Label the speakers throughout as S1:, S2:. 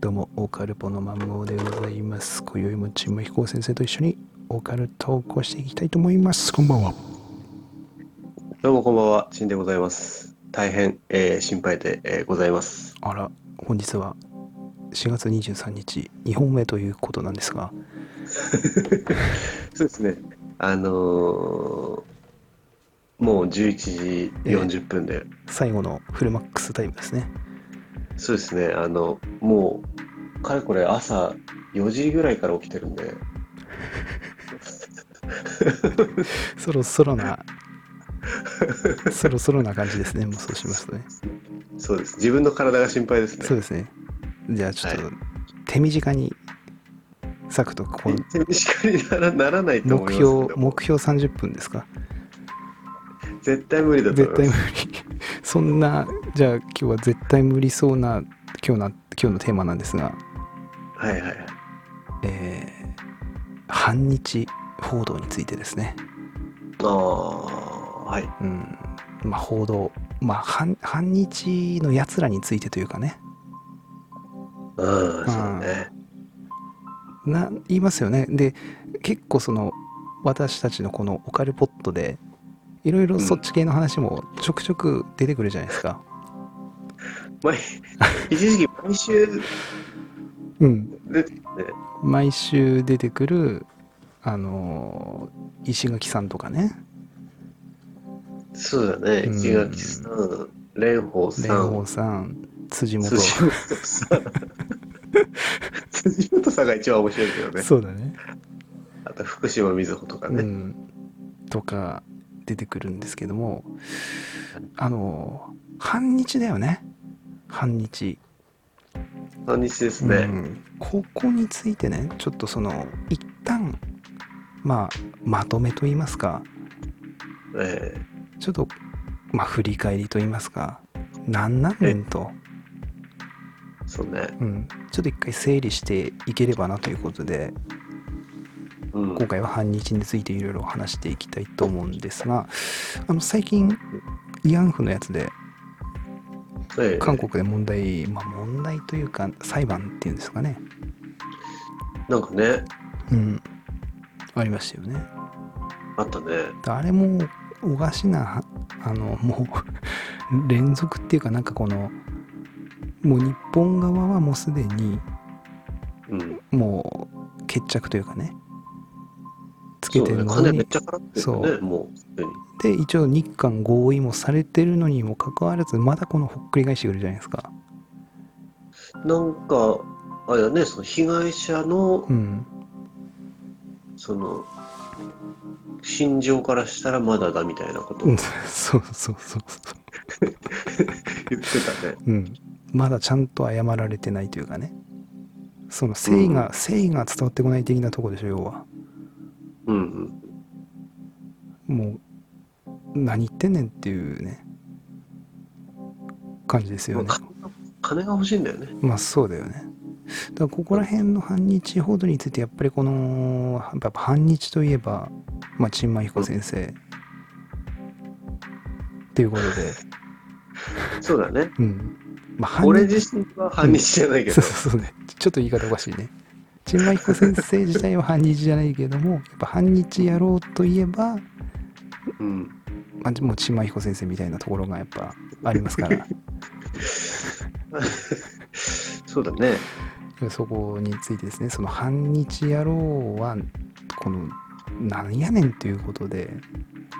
S1: どうも、オカルポのマンゴーでございます。今宵もちんも飛行先生と一緒にオカルトークをしていきたいと思います。こんばんは。
S2: どうもこんばんは、しんでございます。大変、えー心配で、えーございます。
S1: あら、本日は4月23日、2本目ということなんですが、
S2: そうですね。あのーもう11時40分で、
S1: 最後のフルマックスタイムですね。
S2: そうですね。あの、もう、かれこれ朝4時ぐらいから起きてるんで、
S1: そろそろな、そろそろな感じですね。もうそうしますとね。
S2: そうです。自分の体が心配ですね。
S1: そうですね。じゃあちょっと、手短に、サクとここの
S2: しかにならならないと
S1: 目
S2: 思いますけど
S1: 標、目標30分ですか
S2: 絶対無理だと
S1: 絶
S2: 思い
S1: 対
S2: ま
S1: 無
S2: す。
S1: 理そんなじゃあ今日は絶対無理そうな今日な今日のテーマなんですが、
S2: はいはいはい。
S1: えー反日報道についてですね、
S2: ああ、はい。
S1: うんまあ、報道、まあ、反反日のやつらについてというかね
S2: うん、そうね。
S1: な言いますよねで結構その私たちのこのオカルポットでいろいろそっち系の話もちょくちょく出てくるじゃないですか。
S2: 毎一時期毎週
S1: うん、
S2: 出て
S1: 毎週出てくるあのー石垣さんとかね
S2: そうだね、
S1: うん
S2: 石垣さん、蓮舫
S1: 蓮
S2: さん、
S1: 舫さん辻元
S2: 辻本さん。辻本さんが一番面白いけどね。
S1: そうだね
S2: あと福島みずほとか
S1: う
S2: ね。
S1: んとか出てくるんですけどもあのー反日だよね反日、
S2: 半日です
S1: う
S2: ね。
S1: んここについてねちょっとその一旦まあまとめと言いますか
S2: え
S1: ちょっとまあ振り返りと言いますか何なんねんと。
S2: えそうね。
S1: うん、ちょっと一回整理していければなということで
S2: うん。
S1: 今回は反日についていろいろ話していきたいと思うんですがあの最近慰安婦のやつで
S2: ええ
S1: 韓国で問題、まあ、問題というか裁判っていうんですかね、
S2: なんかね、
S1: うん、ありましたよね。
S2: あったね。
S1: あれもおかしなあのもう連続っていうかなんかこのもう日本側はもうすでに
S2: うん。
S1: もう決着というかねつけ
S2: そう
S1: て
S2: だ
S1: る
S2: ね。
S1: の
S2: 金め
S1: に
S2: っちゃ払ってるよ
S1: そ
S2: ね、もうすでに。
S1: で一応日韓合意もされてるのにもかかわらずまだこのほっくり返してくるじゃないですか。
S2: なんか、あれだね、その被害者の
S1: う、ん、
S2: その、心情からしたらまだだみたいなこと
S1: う
S2: 言
S1: ん
S2: って
S1: そうそうそうそ
S2: たね。
S1: う、うん、まだちゃんと謝られてないというかねその誠意が、誠意が伝わってこない的なとこでしょ要は
S2: うんうん。
S1: もう何言ってんねんっていうね感じですよね
S2: まあ金が欲しいんだよね。
S1: まあそうだよねだからここら辺の反日報道についてやっぱりこのやっぱ反日といえば、まあ、陳真彦先生っていうことで
S2: そうだね。
S1: うん。まあ、
S2: 俺
S1: 反日
S2: 自身は反日じゃないけ
S1: そ
S2: ど
S1: う、そうそうね。ちょっと言い方おかしいね。ちんまひこ先生自体は反日じゃないけども、やっぱ反日やろうといえば、
S2: うん、
S1: まあ、もうちんまひこ先生みたいなところがやっぱありますから、
S2: そうだね。
S1: そこについてですね、その反日やろうは、この、なんやねんということで、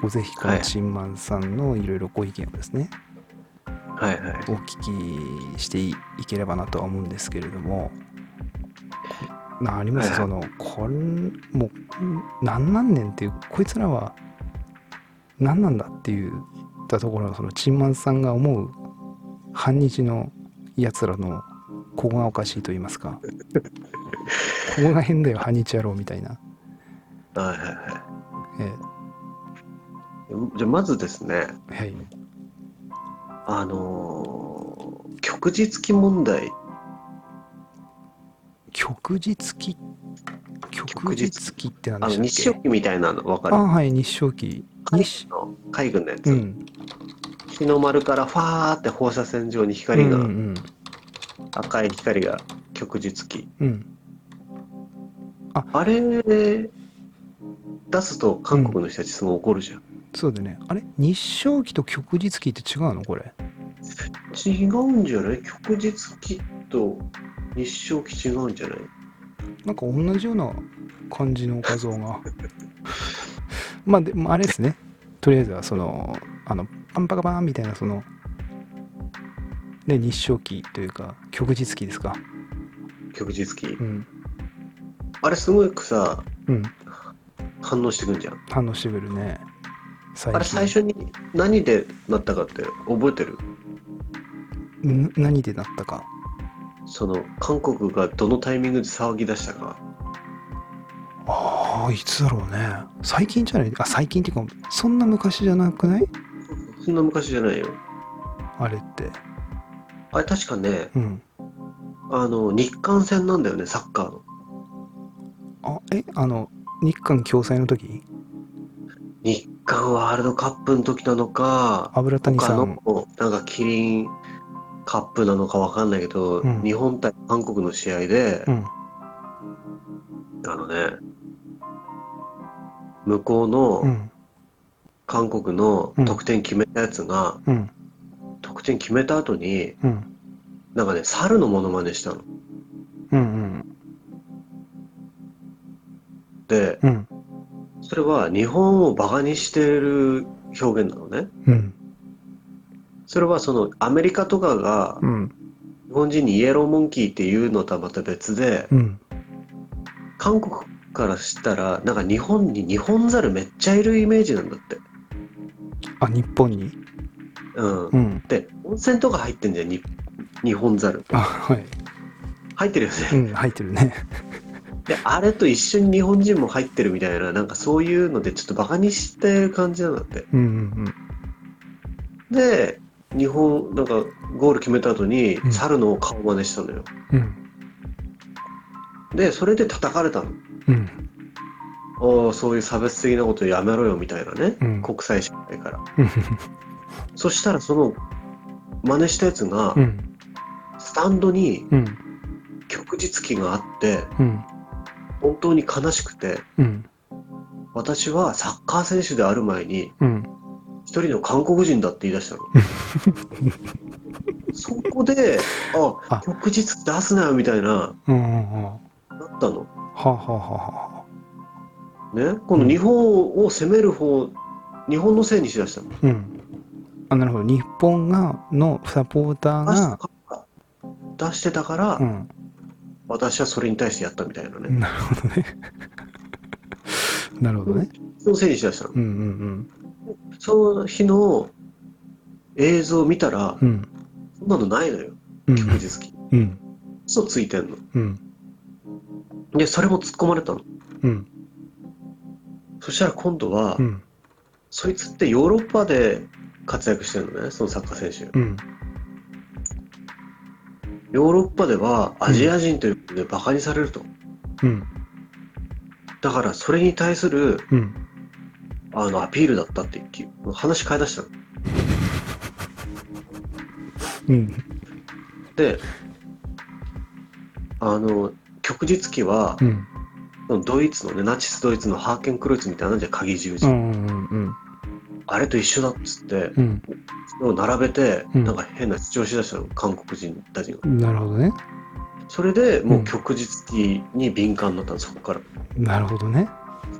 S1: ぜひこの
S2: はい
S1: ちんまんさんのいろいろご意見をですね、
S2: はいはい。
S1: お聞きしていければなとは思うんですけれどもなあります、
S2: はいはい
S1: そのこれもう何なんねんっていうこいつらは何なんだって言ったところのそのチンマンさんが思う反日のやつらのここがおかしいと言いますかここが変だよ反日野郎みたいな、
S2: はいはいは
S1: え
S2: い。じゃあまずですね、
S1: えはい、
S2: あのー、旭日記問題、
S1: 旭日記旭日記って何
S2: あ
S1: で
S2: の
S1: したっけ
S2: 日照記みたいなの分か
S1: あ
S2: る。
S1: はい日照記
S2: 海
S1: 日
S2: 軍の海軍のやつ、
S1: うん
S2: 日の丸からファーって放射線状に光が、
S1: うんうんうん
S2: 赤い光が旭日記
S1: うん
S2: あれ出すと韓国の人たちすごい怒るじゃん、
S1: そうだねあれ日照期と旭日記って違うのこれ
S2: 違うんじゃない旭日記と日照記違うんじゃない
S1: なんか同じような感じの画像が まあでもあれですねとりあえずはそのあのパンパカパーンみたいなそのね日照期というか旭日記ですか
S2: 旭日記
S1: うん
S2: あれすごくさ
S1: うん
S2: 反応してくんじゃん
S1: 反応してくるね最
S2: あれ最初に何でなったかって覚えてる
S1: ん何でなったか
S2: その韓国がどのタイミングで騒ぎ出したか
S1: ああいつだろうね最近じゃないあ最近っていうかそんな昔じゃなくない
S2: そんな昔じゃないよ
S1: あれって
S2: あれ確かね
S1: うん
S2: あの日韓戦なんだよねサッカーの
S1: あえあの日韓共催の時
S2: 日韓ワールドカップの時なのか
S1: 油谷
S2: 他
S1: さ
S2: の
S1: ん
S2: なんかキリンカップなのかわかんないけど、
S1: うん
S2: 日本対韓国の試合で
S1: う、ん
S2: あのね向こうの、
S1: うん
S2: 韓国の
S1: うん
S2: 得点決めたやつが、
S1: うん
S2: 得点決めた後に
S1: うん
S2: なんかね猿のモノマネしたの
S1: うん
S2: で
S1: うんうん
S2: それは日本をバカにしてる表現なのね
S1: うん
S2: それはそのアメリカとかが
S1: うん
S2: 日本人にイエローモンキーっていうのとはまた別で
S1: うん
S2: 韓国からしたらなんか日本に日本猿めっちゃいるイメージなんだって
S1: あ日本に
S2: うん、
S1: うん
S2: で温泉とか入ってんじゃんに日本猿
S1: あはい
S2: 入ってるよ
S1: う
S2: ね、
S1: ん入ってるね
S2: であれと一緒に日本人も入ってるみたいななんかそういうのでちょっとバカにしてる感じなんだって
S1: うんうん
S2: で日本なんかゴール決めた後に
S1: うん
S2: 猿の顔真似したのよ、
S1: うんうん
S2: でそれで叩かれたの
S1: うん
S2: おーそういう差別的なことやめろよみたいなね、
S1: うん
S2: 国際社会から
S1: うん
S2: そしたらその真似したやつが
S1: うん
S2: スタンドに
S1: うん
S2: 旭日記があって
S1: うん
S2: 本当に悲しくて
S1: うん
S2: 私はサッカー選手である前に
S1: うん
S2: 一人の韓国人だって言い出 したのそこであ
S1: あ
S2: 旭日記出すなよみたいな
S1: うんうんは
S2: なったの
S1: あはあはあはあ
S2: ね、この日本を攻める方、日本のせいにしだしたの。
S1: うんあなるほど日本がのサポーター
S2: 出して
S1: が
S2: たから出してたから、
S1: うん
S2: 私はそれに対してやったみたいなね。
S1: なるほどね。なるほどね。
S2: そのせいにしだしたの
S1: う。んうん
S2: その日の映像を見たら、
S1: うん。うん
S2: そんなのないのよ、
S1: う
S2: 翌
S1: ん
S2: 日き。
S1: うん
S2: 嘘ついてんの。
S1: うん
S2: で、それも突っ込まれたの。
S1: うん
S2: そしたら今度は、
S1: うん
S2: そいつってヨーロッパで活躍してるのね、そのサッカー選手。
S1: うん
S2: ヨーロッパではアジア人ということでバカにされると。
S1: うん
S2: だからそれに対する
S1: うん
S2: あのアピールだったって言って話変え出したの。
S1: うん
S2: で、あの、旭日記は
S1: う、ん
S2: ドイツのね、ナチスドイツのハーケンクルーツみたいなのじゃん鍵十字、
S1: うんうん
S2: あれと一緒だっつって、
S1: うん
S2: それを並べて、
S1: うん
S2: なんか変な主張しだしたの、韓国人たちが。
S1: うんなるほどね。
S2: それで
S1: う
S2: もうん旭日記に敏感になったの、そこから。
S1: なるほどね。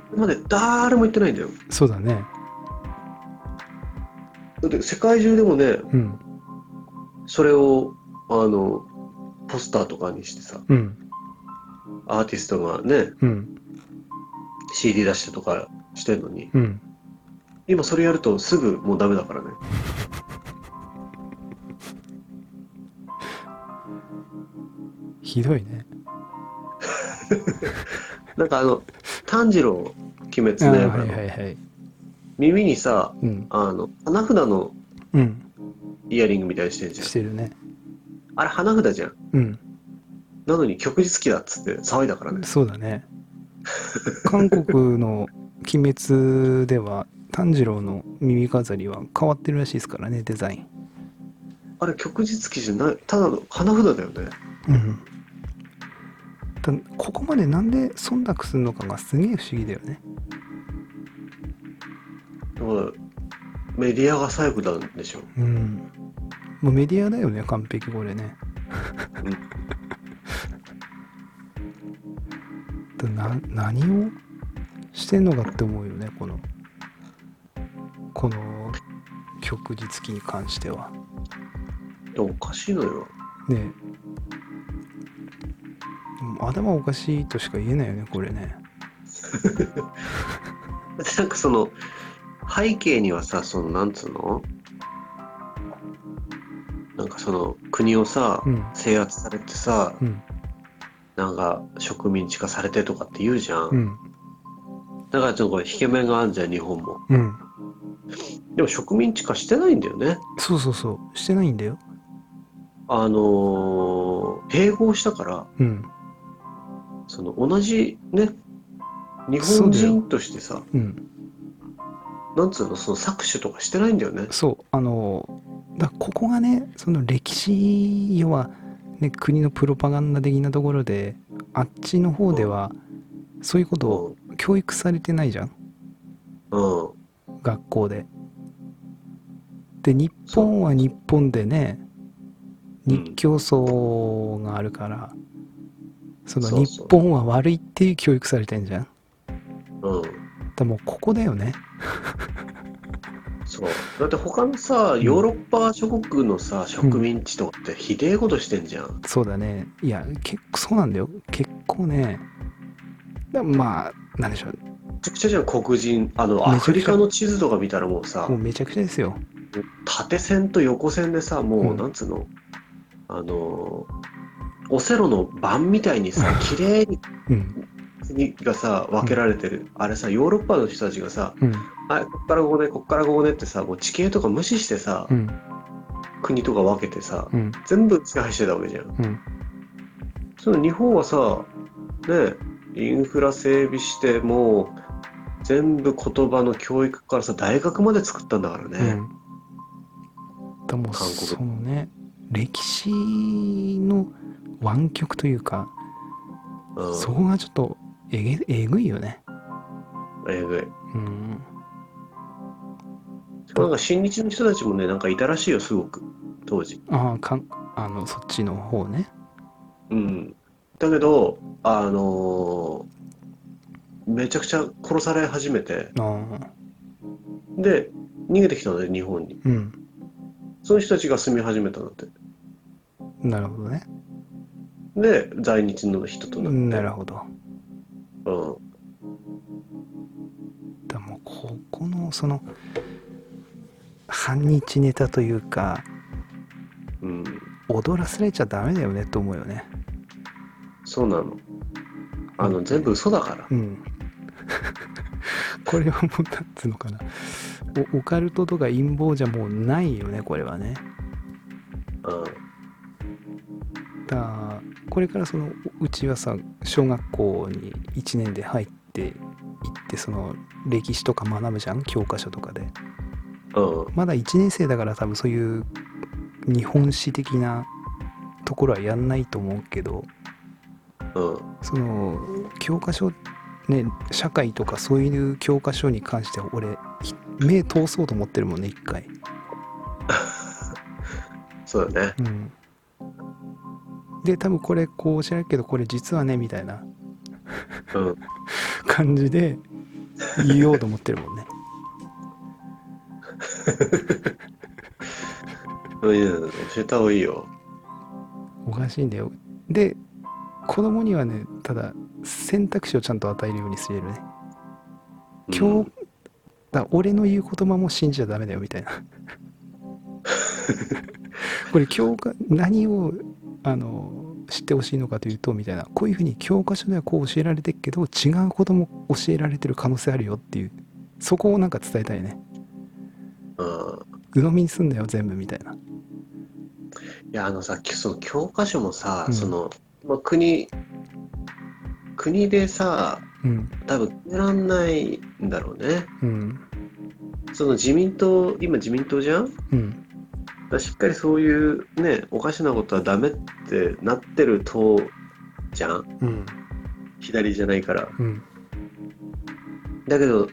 S2: それまで誰も言ってないんだよ。
S1: そうだね。
S2: だって世界中でもね、
S1: うん
S2: それを、あの、ポスターとかにしてさ、
S1: うん
S2: アーティストがね、
S1: うん
S2: CD 出してとかしてんのに、
S1: うん。
S2: 今それやるとすぐもうダメだからね。
S1: ひどいね。
S2: なんかあの、炭治郎、鬼滅
S1: あ
S2: の
S1: ー
S2: 刃
S1: はい
S2: の、
S1: はいはい。
S2: 耳にさ、
S1: うん
S2: あの、花札の
S1: うん
S2: イヤリングみたいにしてんじゃん
S1: し。てるね。
S2: あれ花札じゃん。
S1: うん
S2: なのに曲日好きだっつって騒いだからね。
S1: そうだね。韓国の鬼滅では炭治郎の耳飾りは変わってるらしいですからねデザイン。
S2: あれ曲日好きじゃない、ただの花札だよね。
S1: うんだここまでなんで忖度するのかがすげえ不思議だよね
S2: だからメディアが最後なんでしょう
S1: うんもうメディアだよね完璧これね だな何をしてんのかって思うよねこのこの旭日記に関しては
S2: でもおかしいのよ
S1: ねうん頭おかしいとしか言えないよねこれね
S2: だってなんかその背景にはさそのなんつうのなんかその国をさ、
S1: うん
S2: 制圧されてさ、
S1: うん
S2: なんか植民地化されてとかって言うじゃん、
S1: うん
S2: だからちょっとこれ引け目があるじゃん日本も
S1: うん
S2: でも植民地化してないんだよね
S1: そうそうそうしてないんだよ
S2: あのー併合したから
S1: うん
S2: その同じね日
S1: そう
S2: 本
S1: だよ
S2: 人としてさ
S1: うん
S2: なんつうのその搾取とかしてないんだよね
S1: そうあのだここがねその歴史要は、ね、国のプロパガンダ的なところであっちの方ではそういうことを教育されてないじゃん
S2: うんうん
S1: 学校で。で日本は日本でね
S2: うん
S1: 日教層があるから、その
S2: そう
S1: 日
S2: そう
S1: 本は悪いっていう教育されてんじゃん。だか
S2: うん
S1: らもうここだよね。
S2: そうだって他のさヨーロッパ諸国のさ植民地とかってひでえことしてんじゃん、
S1: そうだね。いや、結構そうなんだよ。結構ね。だまあ、なんでしょう。
S2: めちゃくちゃじゃん黒人あの
S1: めちゃくちゃ
S2: アフリカの地図とか見たらもうさ
S1: もうめちゃくちゃですよ。
S2: 縦線と横線でさも
S1: う
S2: うんなんつうの、あのーオセロの盤みたいにさ綺麗に
S1: うん。
S2: 国がさ分けられてる、あれさヨーロッパの人たちがさ
S1: うん。
S2: はい、こっからここね、こっからここねってさ、もう地形とか無視してさ、
S1: うん。
S2: 国とか分けてさ、
S1: うん。
S2: 全部支配してたわけじゃん。
S1: うん。
S2: その日本はさ、ね、インフラ整備して、もう、全部言葉の教育からさ、大学まで作ったんだから
S1: う
S2: ね。
S1: ん。でも、
S2: 韓国
S1: そのね、歴史の湾曲というか、
S2: うん、
S1: そこがちょっとえげえぐいよね。
S2: えぐい。
S1: うん。
S2: しかもなんか、新日の人たちもね、なんかいたらしいよ、すごく、当時。
S1: ああ、かん、あの、そっちの方ね。
S2: うん。だけど、あのーめちゃくちゃ殺され始めて、
S1: ああ。
S2: で、逃げてきたので、日本に。
S1: うん。
S2: その人たちが住み始めたんだって。
S1: なるほどね。
S2: で、在日の人とな
S1: な
S2: って。
S1: るほど。
S2: うん。
S1: でもここのその反日ネタというか
S2: うん。
S1: 踊らされちゃダメだよねと思うよね
S2: そうなの。あの、全部嘘だから。
S1: うんこれはもうなんつうのかなおオカルトとか陰謀じゃもうないよねこれはね
S2: うん。
S1: だからこれからそのうちはさ小学校に1年で入っていってその歴史とか学ぶじゃん教科書とかで
S2: うん。
S1: まだ1年生だから多分そういう日本史的なところはやんないと思うけど
S2: うん。
S1: その教科書ね社会とかそういう教科書に関しては俺ひ目通そうと思ってるもんね一回、
S2: そうだね。
S1: うん、で多分これこう知らんけどこれ実はねみたいな
S2: うん。
S1: 感じで言おうと思ってるもんね
S2: うん、教えた方がいいよ。
S1: おかしいんだよで子供にはねただ選択肢をちゃんと与えるようにするね
S2: うん
S1: 教だ俺の言う言葉も信じちゃダメだよみたい なこれ教科何をあの知ってほしいのかというとみたいなこういうふうに教科書ではこう教えられてるけど違うことも教えられてる可能性あるよっていうそこをなんか伝えたいね
S2: うん。
S1: 鵜呑みにすんだよ全部みたいない
S2: や、あのさ、きその教科書もさ、
S1: うん
S2: その、まあ、国、国でさ、
S1: うん
S2: 多分決めらんないんだろうね。
S1: うん
S2: その自民党、今自民党じゃん
S1: うん
S2: だからしっかりそういうねおかしなことはダメってなってる党じゃん
S1: うん
S2: 左じゃないから
S1: うん
S2: だけど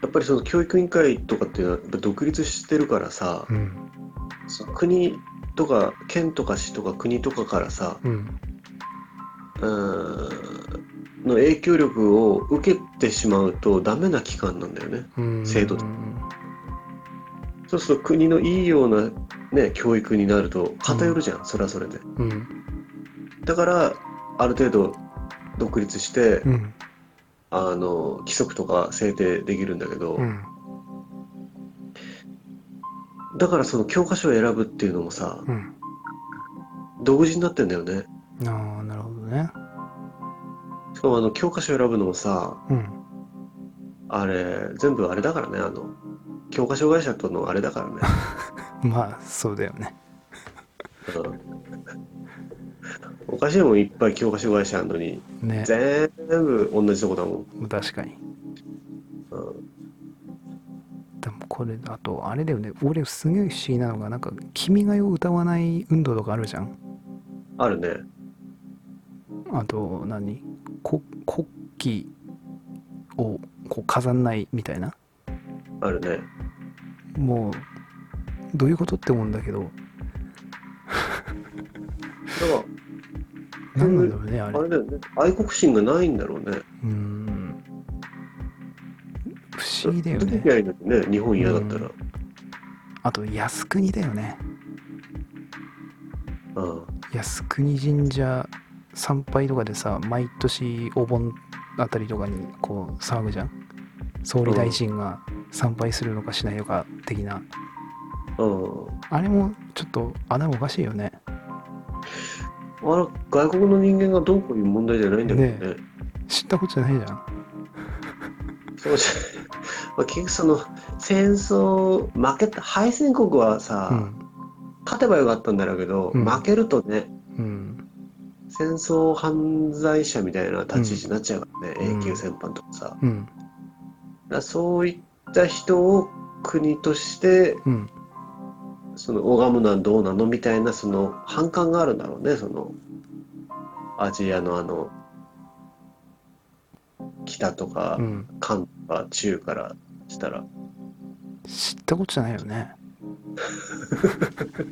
S2: やっぱりその教育委員会とかっていうのはやっぱ独立してるからさ
S1: うん
S2: その国とか県とか市とか国とかからさ
S1: うん
S2: うーんの影響力を受けてしまうとダメな機関なんだよね
S1: うん
S2: 制度
S1: うん
S2: そうすると国のいいような、ね、教育になると偏るじゃん、それはそれで
S1: うん
S2: だからある程度独立して、
S1: うん
S2: あの規則とか制定できるんだけど、
S1: うん
S2: だからその教科書を選ぶっていうのもさ
S1: うん
S2: 独自になってんだよね
S1: ああなるほどね
S2: しかもあの教科書を選ぶのもさ
S1: うん
S2: あれ全部あれだからねあの教科書会社とのあれだからね、
S1: まあそうだよね
S2: うん、おかしいもんいっぱい教科書会社あるのに
S1: ね
S2: 全部同じとこだもん、
S1: 確かに
S2: うん、
S1: でもこれあとあれだよね俺すげえ不思議なのがなんか「君が代」を歌わない運動とかあるじゃん
S2: あるね
S1: あと何こ国旗をこう飾んないみたいな
S2: あるね
S1: もうどういうことって思うんだけど
S2: だから
S1: 何なんだろうねあれ
S2: あれだよね愛国心がないんだろうね
S1: うーん不思議だよ
S2: 出て
S1: ね
S2: きゃいいのにね日本嫌だったら、
S1: あと靖国だよね
S2: うん
S1: 靖国神社参拝とかでさ毎年お盆あたりとかにこう騒ぐじゃん総理大臣が参拝するのかしないのか的な、
S2: うん
S1: あれもちょっと穴もおかしいよね
S2: あら外国の人間がどうこういう問題じゃないんだけどね。
S1: 知ったことじゃないじゃん
S2: そうじゃ まあ結局その戦争負けた敗戦国はさ、
S1: うん
S2: 勝てばよかったんだろうけど、
S1: うん
S2: 負けるとね
S1: うん
S2: 戦争犯罪者みたいな立ち位置になっちゃうからね、
S1: うん
S2: 永久戦犯とかさ。だか
S1: うん
S2: らそういった人を国として
S1: うん
S2: その拝むのはどうなのみたいなその反感があるんだろうねそのアジアのあの北とか
S1: うん
S2: 韓とか中からしたら
S1: 知ったことじゃないよねだか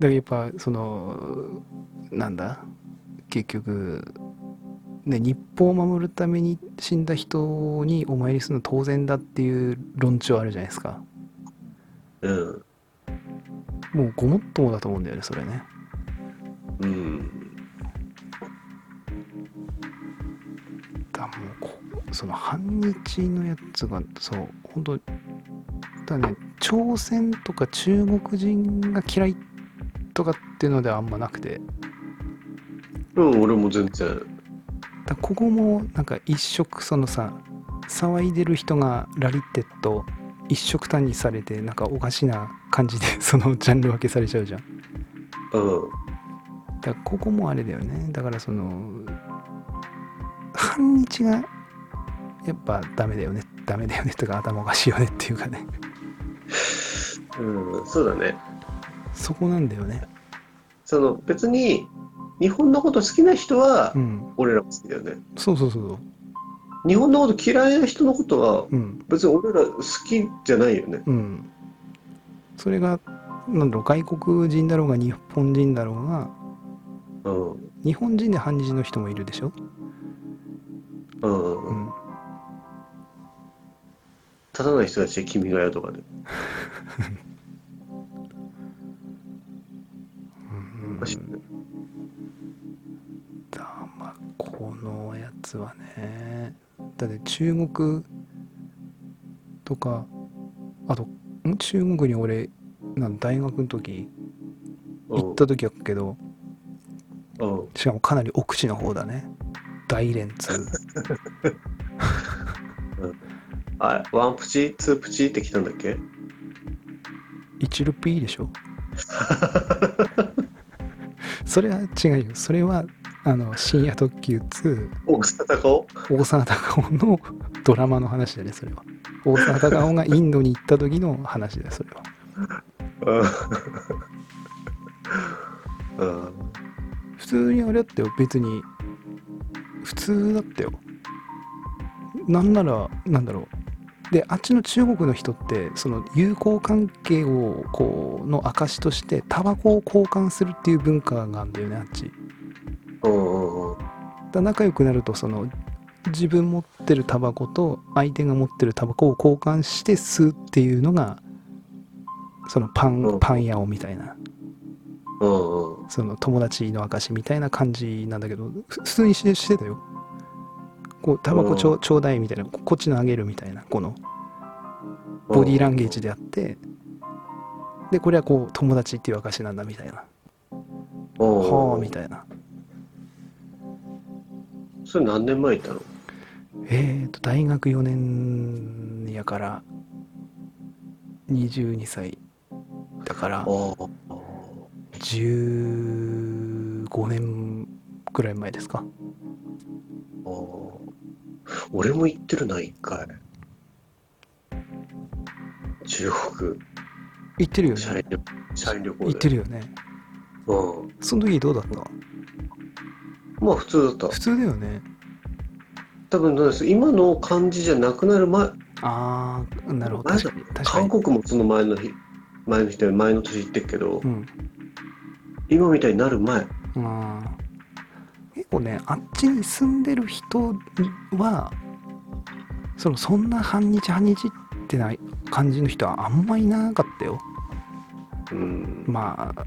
S1: らやっぱそのなんだ結局ね日本を守るために死んだ人にお参りするのは当然だっていう論調あるじゃないですか
S2: うん
S1: もうごもっともだと思うんだよねそれね
S2: うん
S1: だからもうこその反日のやつがそう本当だね朝鮮とか中国人が嫌いとかっていうのではあんまなくて
S2: うん俺も全然
S1: だここもなんか一色そのさ騒いでる人がラリテッド一色単にされてなんかおかしな感じで そのジャンル分けされちゃうじゃん
S2: うん
S1: だここもあれだよねだからその反日がやっぱダメだよねダメだよねとか頭おかしいよねっていうかね
S2: うんそうだね
S1: そこなんだよね
S2: その別に日本のこと好きな人は
S1: うん
S2: 俺らも好きだよね
S1: そうそうそうそう
S2: 日本のこと嫌いな人のことは
S1: うん
S2: 別に俺ら好きじゃないよね
S1: うんそれがなんだろう外国人だろうが日本人だろうが
S2: うん
S1: 日本人で反日の人もいるでしょ
S2: うん、
S1: うん
S2: 立たない人たちで君が代とかで
S1: うん
S2: 確か
S1: だまあこのやつはねだって中国とかあとん中国に俺なん大学の時
S2: う
S1: 行
S2: ん
S1: った時やけど
S2: うん
S1: しかもかなり奥地の方だね大連通
S2: あれワンプチツープチって来たんだっけ
S1: 1ルピーでしょ それは違うよそれはあの深夜特急2
S2: 奥さん高
S1: 大沢たかおのドラマの話だねそれは大沢たかおがインドに行った時の話だよそれは
S2: 尾うん
S1: 通にあれだったよ別に普通だったよなんならなんだろうであっちの中国の人ってその友好関係をこうの証としてタバコを交換するっていう文化があるんだよねあっち
S2: うんうんうん
S1: だから仲良くなるとその自分持ってるタバコと相手が持ってるタバコを交換して吸うっていうのがそのパン
S2: うん
S1: パン屋をみたいな
S2: うんうん
S1: その友達の証みたいな感じなんだけどふ普通にしてしてたよこうタバコちょ,、
S2: う
S1: うちょうだいみたいなここっちのあげるみたいなこのボディーランゲージであってでこれはこう友達っていう証なんだみたいな
S2: うんうんうん
S1: はあみたいな
S2: それ何年前行ったの
S1: えー、と大学4年やから22歳だから
S2: ああ
S1: 15年くらい前ですか
S2: あー俺も行ってるな一回中国
S1: 行ってるよ
S2: 社
S1: ね
S2: 員旅社員旅行で
S1: 行ってるよね
S2: うん
S1: その時どうだった
S2: まあ普通だった
S1: 普通だよね
S2: 多分どうです今の感じじゃなくなる前
S1: ああなるほど
S2: 前
S1: 確
S2: だ
S1: かに確か
S2: 韓
S1: に、
S2: 国もその前の日前の日で前の年行ってるけど、
S1: うん、
S2: 今みたいになる前
S1: あー結構ねあっちに住んでる人はそのそんな半日半日ってない感じの人はあんまいなかったよ
S2: うん
S1: まあ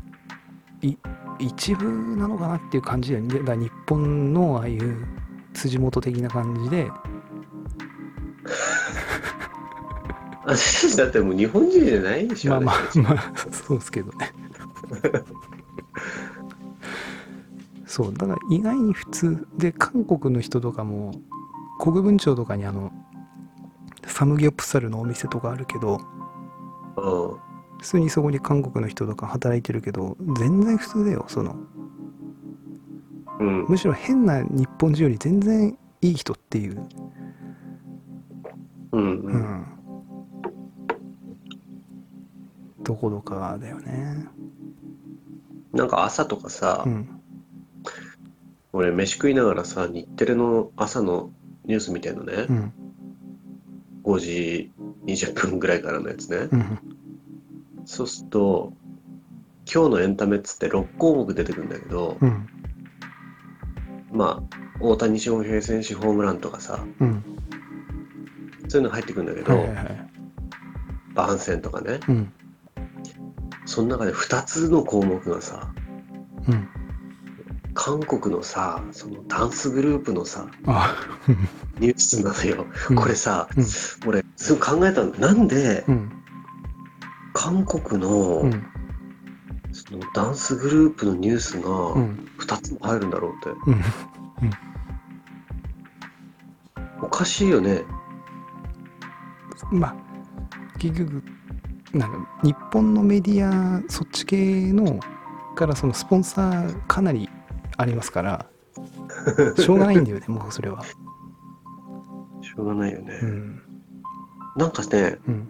S1: い一部なのかなっていう感じだよねだから日本のああいう辻元的な感じで
S2: 私たち だってもう日本人じゃないでしょ
S1: まあま
S2: あれ
S1: あま あそうですけど ねそうだから意外に普通で韓国の人とかも国分町とかにあのサムギョプサルのお店とかあるけど
S2: うん
S1: 普通にそこに韓国の人とか働いてるけど全然普通だよその
S2: うん
S1: むしろ変な日本人より全然いい人っていう、
S2: う
S1: う
S2: んうんん
S1: どこどかだよね
S2: なんか朝とかさ、
S1: うん
S2: 俺飯食いながらさ日テレの朝のニュース見てんのね、
S1: うん
S2: 5時20分ぐらいからのやつね、
S1: うん
S2: そうすると今日のエンタメっつって6項目出てくるんだけど、
S1: うん
S2: まあ大谷翔平選手ホームランとかさ
S1: うん
S2: そういうの入ってくるんだけ
S1: は
S2: ど、
S1: いはいはい
S2: 番宣とかね
S1: うん
S2: その中で2つの項目がさ
S1: うん
S2: 韓国のさそのダンスグループのさ
S1: あ
S2: ニュースなのよ、
S1: うん
S2: これさ、
S1: うん
S2: 俺すごい考えたのなんで
S1: うん
S2: 韓国の,、
S1: うん
S2: そのダンスグループのニュース
S1: う
S2: が
S1: ん
S2: 2つも入るんだろうって、
S1: うん
S2: おかしいよね
S1: まあ結局なんか日本のメディアそっち系のからそのスポンサーかなりありますから しょうがないんだよねもうそれは
S2: しょうがないよね、
S1: うん
S2: なんかね
S1: うん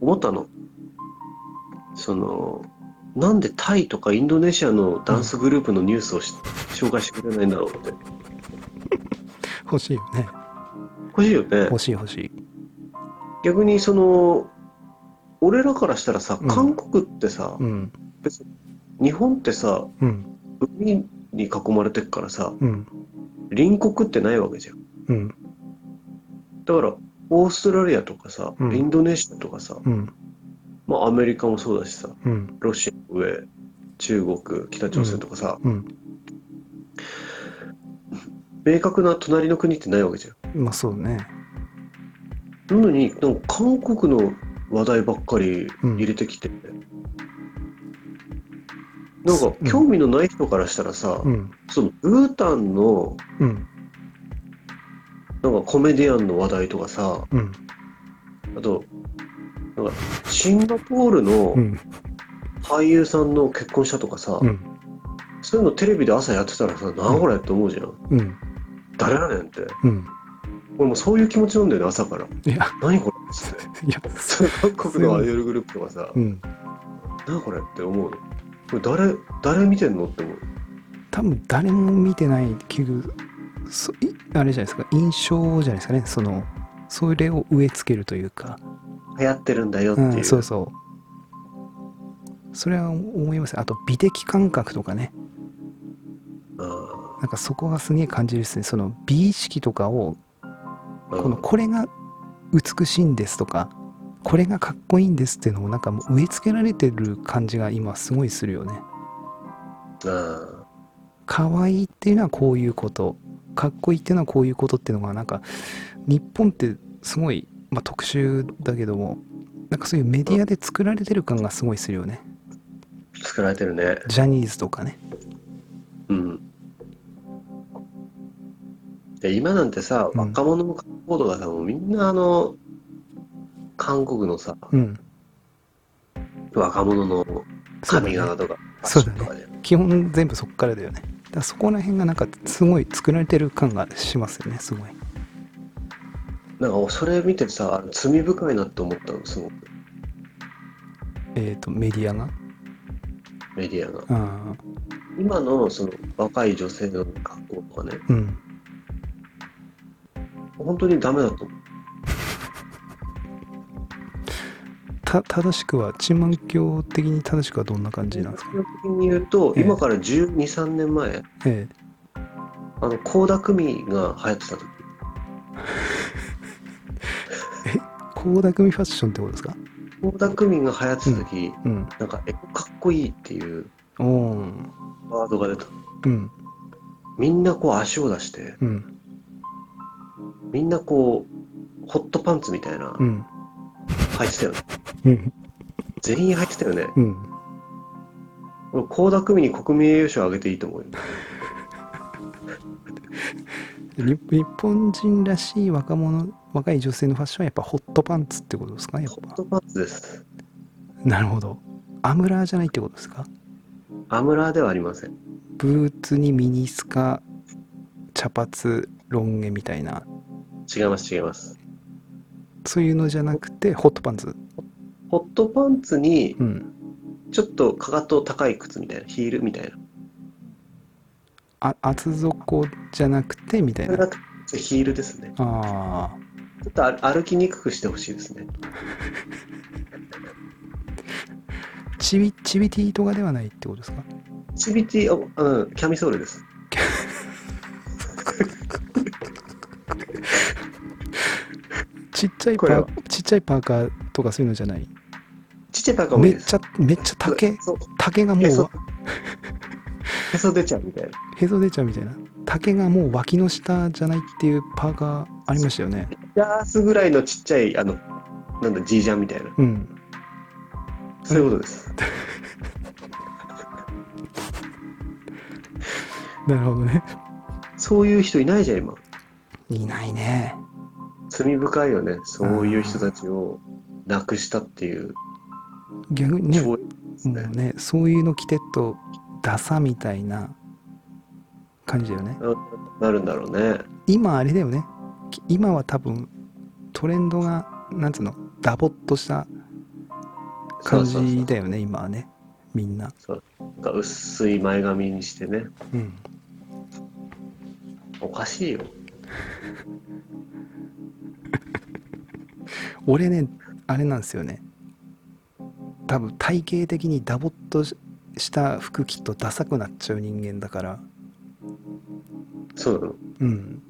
S2: 思ったのそのなんでタイとかインドネシアのダンスグループのニュースをし紹介してくれないんだろうって
S1: 欲しいよね
S2: おかしいよね
S1: 欲しい欲しい
S2: 逆にその俺らからしたらさ
S1: うん
S2: 韓国ってさ、
S1: うん
S2: 日本ってさ
S1: うん
S2: 海に囲まれてるからさ
S1: うん
S2: 隣国ってないわけじゃん
S1: うん
S2: だからオーストラリアとかさ、
S1: うん
S2: インドネシアとかさ、
S1: うん
S2: まあ、アメリカもそうだしさ
S1: うん
S2: ロシア上中国北朝鮮とかさ、
S1: うん
S2: 明確な隣の国ってないわけじゃん
S1: まあそうね
S2: なのになんか韓国の話題ばっかり入れてきて、なんか
S1: うん
S2: 興味のない人からしたらさ、
S1: うん
S2: そのブータンの
S1: うん
S2: なんかコメディアンの話題とかさ
S1: うん
S2: あとなんかシンガポールの
S1: うん
S2: 俳優さんの結婚したとかさ、
S1: うん
S2: そういうのテレビで朝やってたらさなんこれって思うじゃん
S1: うん
S2: 誰やねんって
S1: うん
S2: 俺もうそういう気持ちなんだよね朝から
S1: いや
S2: 何これっつって
S1: いや
S2: そう韓国のアイドルグループとかさ
S1: うん
S2: 何これって思うのこれ誰誰見てんのって思う
S1: 多分誰も見てない結局そいあれじゃないですか印象じゃないですかねそのそれを植え付けるというか、
S2: 流行ってるんだよって
S1: う
S2: い
S1: ん、
S2: う。
S1: そうそうそれは思いますあと美的感覚とかね
S2: うん
S1: なんかそこがすげえ感じるですねその美意識とかを
S2: うん
S1: このこれが美しいんですとかこれがかっこいいんですっていうのをなんかもう植え付けられてる感じが今すごいするよね。
S2: うん
S1: 可愛いっていうのはこういうことかっこいいっていうのはこういうことっていうのがなんか日本ってすごい、まあ、特殊だけどもなんかそういうメディアで作られてる感がすごいするよね。
S2: 作られてるね。
S1: ジャニーズとかね。
S2: うん。で今なんてさ、
S1: うん
S2: 若者の観光度がさ、もうみんなあの、韓国のさ、
S1: うん。
S2: 若者の
S1: そうだ
S2: 髪
S1: ね
S2: 型とか、
S1: そうだね
S2: ファッションとかで
S1: 基本全部そこからだよね。だからそこら辺がなんかすごい作られてる感がしますよねすごい。
S2: なんかそれ見てさ、罪深いなって思ったの、すごく、
S1: えっ、とメディアが。
S2: メディアが。
S1: うん
S2: 今のその若い女性の格好とかね、
S1: うん。
S2: 本当にダメだと思
S1: た正しくはチンマン教的に正しくはどんな感じなん
S2: う。
S1: ですか、
S2: 基本的に言うと、
S1: ええ
S2: 今から12、3年前、
S1: ええ、
S2: あの、倖田來未が流行ってた時、
S1: 倖田來未ファッションってことですか
S2: 倖田來未が流行ってた時、
S1: うん。
S2: なんか、エコかっこいいっていう
S1: おー
S2: ワードが出た。
S1: うん。
S2: みんなこう足を出して、
S1: うん。
S2: みんなこう、ホットパンツみたいな
S1: う、ん。
S2: 履いてたよね。
S1: うん。
S2: 全員履いてたよね。
S1: うん。
S2: 俺倖田來未に国民栄誉賞あげていいと思うよ。
S1: 日日本人らしい若者、若い女性のファッションはやっぱホットパンツってことですかやっ
S2: ホッ
S1: ぱ。
S2: トパンツです。
S1: なるほど。アムラーじゃないってことですか
S2: アムラーではありません。
S1: ブーツにミニスカ、茶髪、ロン毛みたいな、
S2: 違います、違います。
S1: そういうのじゃなくて、ホットパンツ。
S2: ホットパンツに
S1: う、ん。
S2: ちょっとかかと高い靴みたいな、ヒールみたいな。
S1: あ厚底じゃなくて、みたい
S2: それ
S1: な。
S2: だとヒールですね。
S1: ああ。
S2: ちょっと歩歩きにくくしてほしいですね。
S1: チビ、チビティとかではないってことですか
S2: チビティ、おうん、キャミソールです。
S1: ちっちゃいパ
S2: これは
S1: ーちっちゃいパーカーとかそういうのじゃない
S2: ちっちゃいパーカーも
S1: め
S2: いい
S1: っ
S2: です。
S1: ちゃめっちゃ竹
S2: そう
S1: 竹がも
S2: へそうへそ出ちゃうみたいな。
S1: へそ出ちゃうみたいな竹がもう脇の下じゃないっていうパーカーありましたよね
S2: ジャースぐらいのちっちゃい、あの、なんだ、ジージャンみたいな。
S1: うん
S2: そういうことです。
S1: なるほどね
S2: そういう人いないじゃん、今。
S1: いないね
S2: 罪深いよね。そういう人たちをなくしたっていう、
S1: 逆にねも
S2: 超越です
S1: う
S2: ね。
S1: ねそういうの着てっとダサみたいな感じだよね
S2: なるんだろうね。
S1: 今あれだよねき今は多分トレンドがなんつうのダボっとした感
S2: そうそうそ
S1: じ
S2: う
S1: だよね今はねみんな
S2: なんか薄い前髪にしてね。
S1: うん
S2: おかしいよ。
S1: 俺ねあれなんですよね多分体型的にダボっとしした服着っとダサくなっちゃう人間だから
S2: そうなの。
S1: うん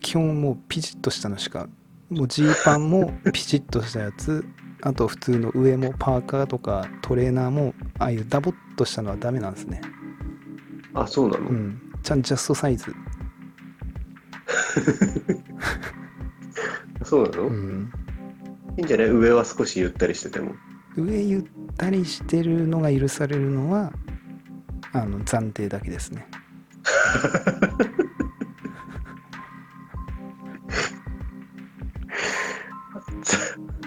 S1: 基本もうピチッとしたのしかもうジーパンもピチッとしたやつあと普通の上もパーカーとかトレーナーもああいうダボっとしたのはダメなんですね
S2: あ、そうなの。
S1: うんちゃんジャストサイズ
S2: そうなの、
S1: う
S2: い
S1: ん
S2: いんじゃない上は少しゆったりしてても。
S1: 上ゆったりしてるのが許されるのはあの暫定だけですね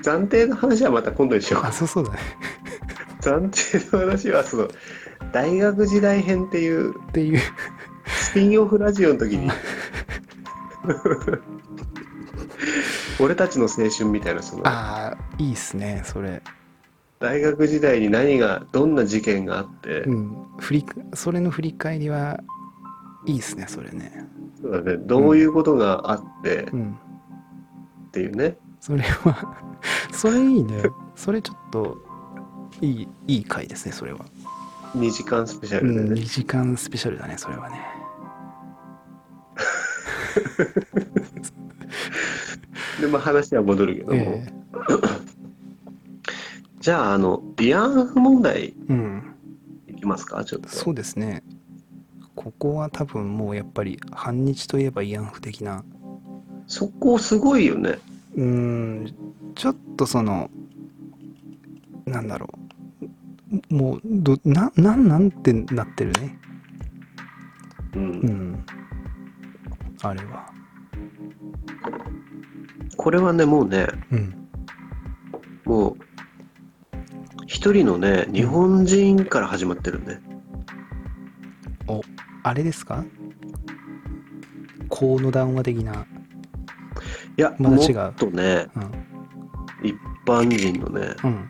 S2: 暫定の話はまた今度にしよう
S1: あ
S2: か。
S1: そうそうだね
S2: 暫定の話は、その、大学時代編っていう、
S1: っていう
S2: スピンオフラジオの時に俺たちの青春みたいなその
S1: ああいいっすねそれ、
S2: 大学時代に何がどんな事件があって、
S1: うん、振りそれの振り返りはいいっすねそれね
S2: そうだね、どういうことがあって
S1: うん
S2: っていうね、
S1: それは それいいねそれちょっといいいい回ですねそれは、
S2: 2時間スペシャ
S1: う
S2: ル
S1: ん、2
S2: でね、
S1: 時間スペシャルだねそれはね
S2: でまあ、話は戻るけども、
S1: ええ
S2: じゃああの慰安婦問題
S1: うん
S2: いきますかちょっと
S1: そうですねここは多分もうやっぱり反日といえば慰安婦的な
S2: そこすごいよね
S1: うーんちょっとそのなんだろうもうどななんなんってなってるね
S2: うん、
S1: うんあれは
S2: これはねもうね
S1: うん
S2: もう一人のね日本人から始まってるね、
S1: あれですか河野談話的ない
S2: や、
S1: まだ違う
S2: もっとね
S1: うん
S2: 一般人のね
S1: うん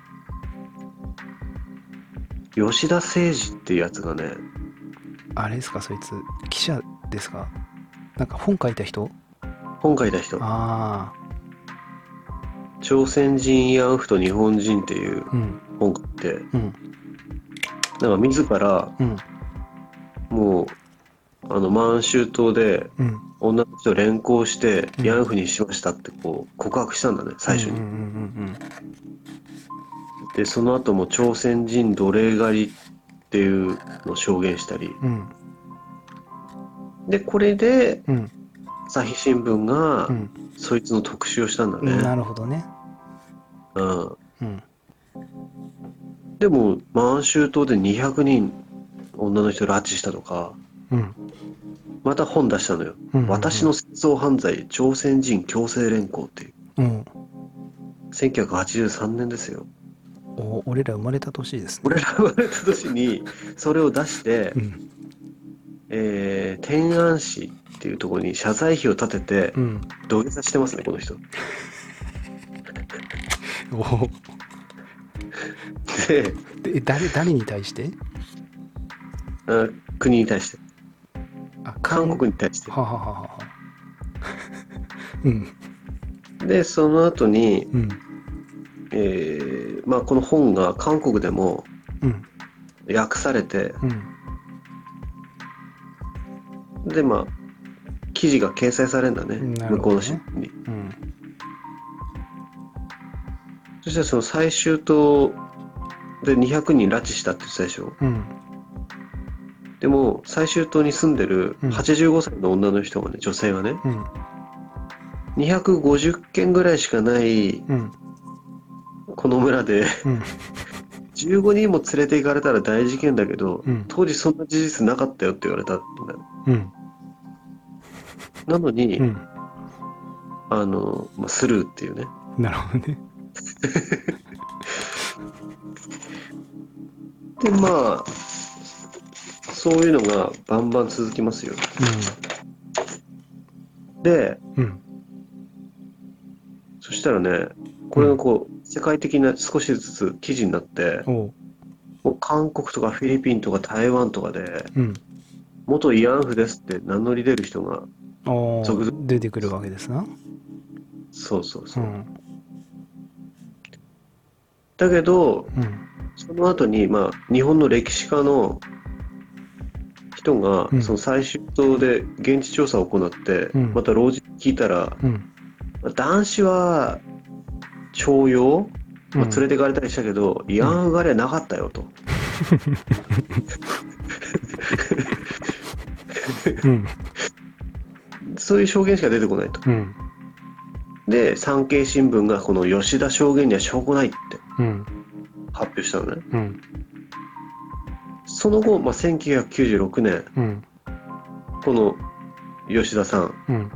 S2: 吉田誠二っていうやつがね
S1: あれですかそいつ記者ですかなんか本書いた人
S2: 本書いた人
S1: あ
S2: 朝鮮人慰安婦と日本人っていう
S1: あうん
S2: 本書いて
S1: うん
S2: なんか自ら
S1: うん
S2: もうあの満州島で
S1: うん
S2: 女の人を連行して
S1: うん
S2: 慰安婦にしましたってこう告白したんだね最初に、
S1: うんうん
S2: でその後も朝鮮人奴隷狩りっていうのを証言したり
S1: うんうん
S2: でこれで
S1: うん
S2: 朝日新聞が
S1: うん
S2: そいつの特集をしたんだ
S1: うん
S2: ね
S1: な、るほどね
S2: うん
S1: うん
S2: でも満州島で200人女の人拉致したとか
S1: うん
S2: また本出したのよ
S1: う
S2: 「
S1: ん
S2: 私の戦争犯罪朝鮮人強制連行」っていう
S1: うん
S2: 1983年ですよ
S1: お俺ら生まれた年ですね
S2: 俺ら生まれた年にそれを出して
S1: う、ん
S2: えー天安市っていうところに謝罪碑を建てて
S1: うん
S2: 土下座してますねこの人
S1: お
S2: で
S1: で誰誰に対して
S2: あ国に対して
S1: あ
S2: 韓国に対して
S1: はははははうん
S2: でその後に、
S1: うん
S2: えーまあ、この本が韓国でも
S1: うん
S2: 訳されて
S1: うん
S2: でまあ記事が掲載されるんだね
S1: なる
S2: 向こ
S1: ほ
S2: う
S1: ど
S2: の
S1: ね
S2: 新聞に
S1: うん
S2: そしてその最終島で200人拉致したって言ってたでしょ
S1: うん
S2: でも最終島に住んでる
S1: うん
S2: 85歳の女の人がね女性がね
S1: うん
S2: 250件ぐらいしかない
S1: うん
S2: この村で
S1: うん
S2: 15人も連れて行かれたら大事件だけど
S1: うん
S2: 当時そんな事実なかったよって言われたんだよ
S1: うん
S2: なのに、
S1: うん
S2: あの、まあ、スルーっていうね
S1: なるほどね
S2: でまあそういうのがバンバン続きますよで
S1: うんうん
S2: そしたらね、これがこう、世界的な少しずつ記事になって、
S1: おう
S2: もう韓国とかフィリピンとか台湾とかで、
S1: うん
S2: 元慰安婦ですって名乗り出る人が、
S1: お
S2: 続
S1: ー出てくるわけですな
S2: そうそう
S1: う
S2: そう。
S1: ん
S2: だけど、
S1: うん
S2: その後に、まあ、日本の歴史家の人が、
S1: うん
S2: その最終島で現地調査を行って、
S1: うん
S2: また老人に聞いたら、
S1: うん
S2: 男子は徴用、
S1: うん
S2: まあ、連れて行かれたりしたけど、慰安婦狩りはなかったよと。
S1: うん
S2: そういう証言しか出てこないと。
S1: うん
S2: で、産経新聞がこの吉田証言には証拠ないって
S1: うん
S2: 発表したのね。
S1: うん
S2: その後、まあ、1996年、
S1: うん
S2: この吉田さん、
S1: うん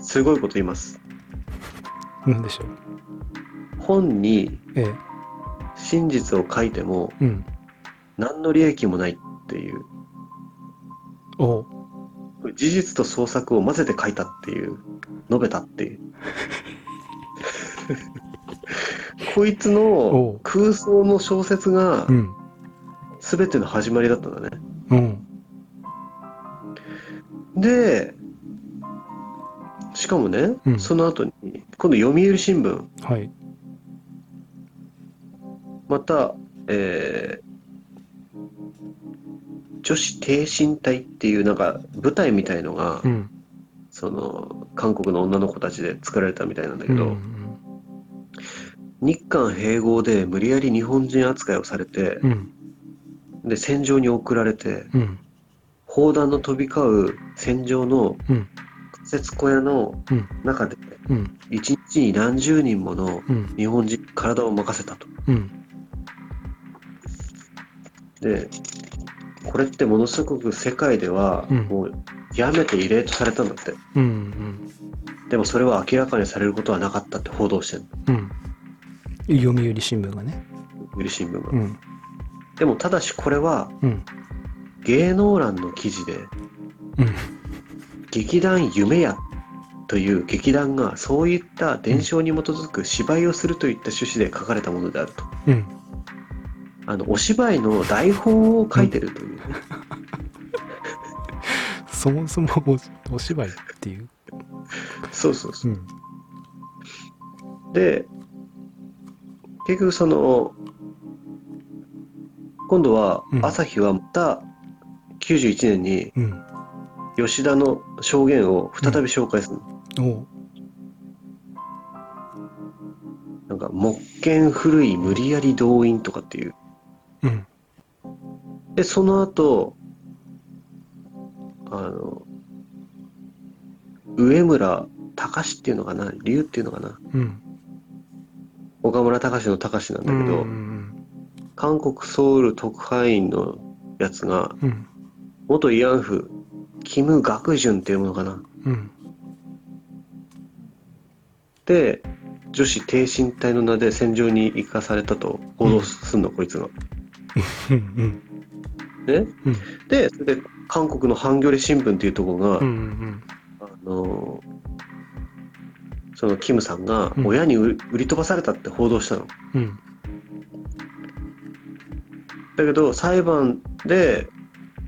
S2: すごいこと言います。
S1: なんでしょう
S2: 本に
S1: ええ
S2: 真実を書いても
S1: うん
S2: 何の利益もないっていう、
S1: おう
S2: 事実と創作を混ぜて書いたっていう、述べたって いう。こいつ
S1: お
S2: の
S1: う
S2: 空想の小説が
S1: うん
S2: 全ての始まりだったんだね。
S1: うん
S2: でしかもね、
S1: うん
S2: その後に今度読売新聞
S1: はい
S2: また、えー女子挺身隊っていうなんか舞台みたいのが、
S1: うん
S2: その韓国の女の子たちで作られたみたいなんだけ
S1: うんう
S2: ど、
S1: ん
S2: 日韓併合で無理やり日本人扱いをされて、
S1: うん
S2: で戦場に送られて
S1: うん
S2: 砲弾の飛び交う戦場の
S1: うん
S2: 仮設小屋の
S1: うん
S2: 中で
S1: うん
S2: 一日に何十人もの
S1: うん
S2: 日本人に体を任せたと。
S1: うん
S2: でこれってものすごく世界では
S1: うん
S2: もうやめて異例とされたんだって
S1: うんうん
S2: でもそれは明らかにされることはなかったって報道してる
S1: うん読売新聞がね
S2: ウィル新聞が、
S1: うん
S2: でもただしこれは
S1: うん
S2: 芸能欄の記事で
S1: うん
S2: 劇団夢屋という劇団がそういった伝承に基づく芝居をするといった趣旨で書かれたものであると
S1: うん
S2: あのお芝居の台本を書いてるというね、
S1: そもそもおお芝居っていう、
S2: そうそうそう
S1: うん、
S2: で結局その今度は
S1: うん
S2: 朝日はまた91年に
S1: うん
S2: 吉田の証言を再び紹介する、
S1: おう
S2: なんか「木剣古い無理やり動員」とかっていう
S1: うん
S2: でその後あの上村隆史っていうのかな龍っていうのかな
S1: うん
S2: 岡村隆史の隆史なんだけど、
S1: うん
S2: 韓国ソウル特派員のやつが
S1: うん
S2: 元慰安婦キム・ガクジュンっていうものかな
S1: うん
S2: で女子挺身隊の名で戦場に行かされたと報道すんの、こいつが。
S1: うん
S2: ね、
S1: うん
S2: でそれで韓国のハンギョレ新聞っていうところが、
S1: うんうん
S2: あのーそのキムさんが
S1: うん
S2: 親に売売り飛ばされたって報道したの。
S1: うん
S2: だけど裁判で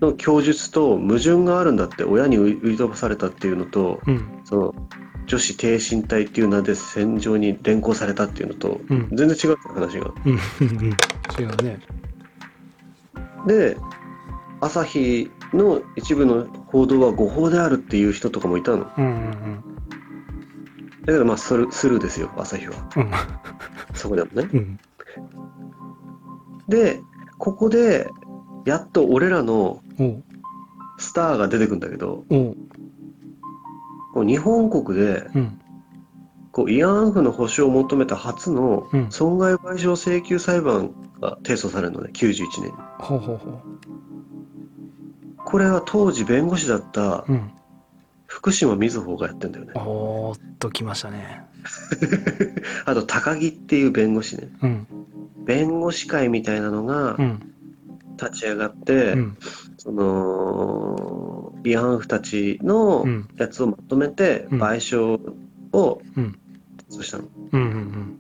S2: の供述と矛盾があるんだって親に売り売り飛ばされたっていうのと
S1: うん
S2: その女子挺身隊っていう名で戦場に連行されたっていうのと
S1: うん
S2: 全然違う話が。
S1: うんうん違うね
S2: で朝日の一部の報道は誤報であるっていう人とかもいたのだ
S1: うんうん
S2: けどまあスルスルーですよ朝日は
S1: うん
S2: そこでもね
S1: うん
S2: でここでやっと俺らの
S1: おう
S2: スターが出てくんだけど
S1: おう
S2: こう日本国で
S1: うん
S2: こう慰安婦の保障を求めた初の
S1: うん
S2: 損害賠償請求裁判が提訴されるのね91年に
S1: ほうほうほ
S2: これは当時弁護士だった
S1: ううん
S2: 福島みずほがやってんだよね
S1: おーっときましたね
S2: あと高木っていう弁護士ね
S1: うん
S2: 弁護士会みたいなのが
S1: うん
S2: 立ち上がって、
S1: うん
S2: その慰安婦たちの
S1: うん
S2: やつをまとめて
S1: うん
S2: 賠償を
S1: うん
S2: 提訴したの、
S1: うんうん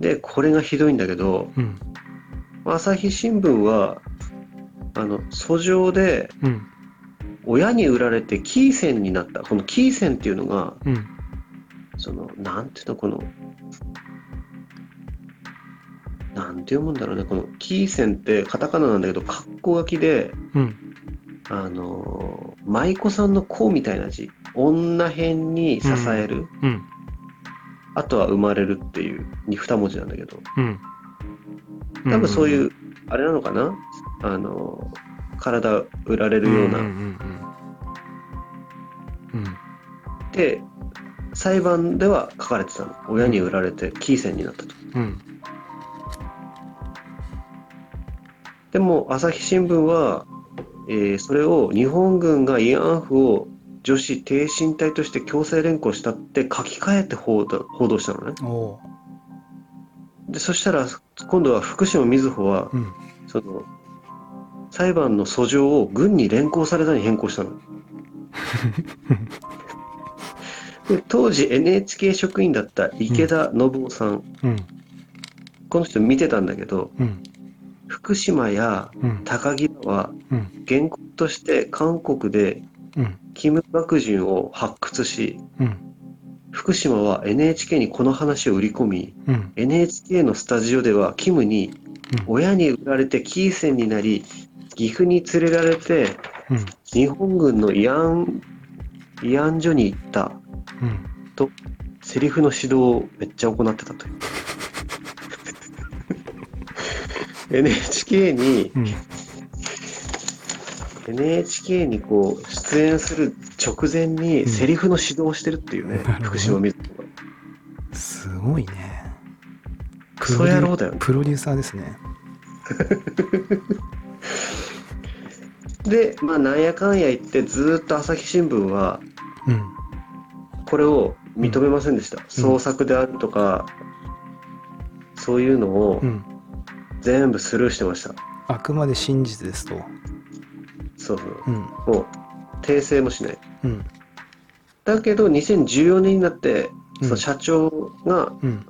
S2: でこれがひどいんだけど
S1: うんうん
S2: 朝日新聞はあの訴状で
S1: うん
S2: 親に売られてキーセンになったこのキーセンっていうのが
S1: うん
S2: そのなんていうのこのなんて読むんだろうねこのキーセンってカタカナなんだけど格好書きで
S1: うん
S2: あのー舞妓さんの子みたいな字女編に支える、
S1: うん
S2: あとは生まれるっていうに二文字なんだけど
S1: うん
S2: 多分そういう、あれなのかなあのー体売られるような、
S1: んんうんうん
S2: で裁判では書かれてたの親に売られてキーセンになったと
S1: うん
S2: でも朝日新聞は、えーそれを日本軍が慰安婦を女子挺身隊として強制連行したって書き換えて報道報道したのね
S1: うんおう
S2: でそしたら今度は福島みずほは
S1: うん
S2: その裁判の訴状を軍に連行されたに変更したの。で当時 NHK 職員だった池田信夫さん、
S1: うん
S2: この人見てたんだけど
S1: うん
S2: 福島や
S1: うん
S2: 高木らは
S1: うん
S2: 原告として韓国で
S1: うん
S2: キム・バクジンを発掘し
S1: うん
S2: 福島は NHK にこの話を売り込み
S1: うん
S2: NHK のスタジオではキムに
S1: うん
S2: 親に売られてキーセンになり岐阜に連れられて
S1: うん
S2: 日本軍の慰安慰安所に行った
S1: うん
S2: セリフの指導をめっちゃ行ってたという NHK に
S1: うん
S2: NHK にこう出演する直前
S1: う
S2: に
S1: ん
S2: セリフの指導をしてるっていうね、
S1: なるほど
S2: 福島みずほが
S1: すごいね
S2: クソ野郎だよね
S1: プロデューサーですね
S2: でまあなんやかんや言ってずーっと朝日新聞は
S1: うん
S2: これを認めませんでした、創作であるとかそういうのを
S1: うん
S2: 全部スルーしてました、
S1: あくまで真実ですと
S2: そうそう
S1: うん
S2: もう訂正もしない
S1: うん
S2: だけど2014年になって
S1: うん
S2: その社長が
S1: うん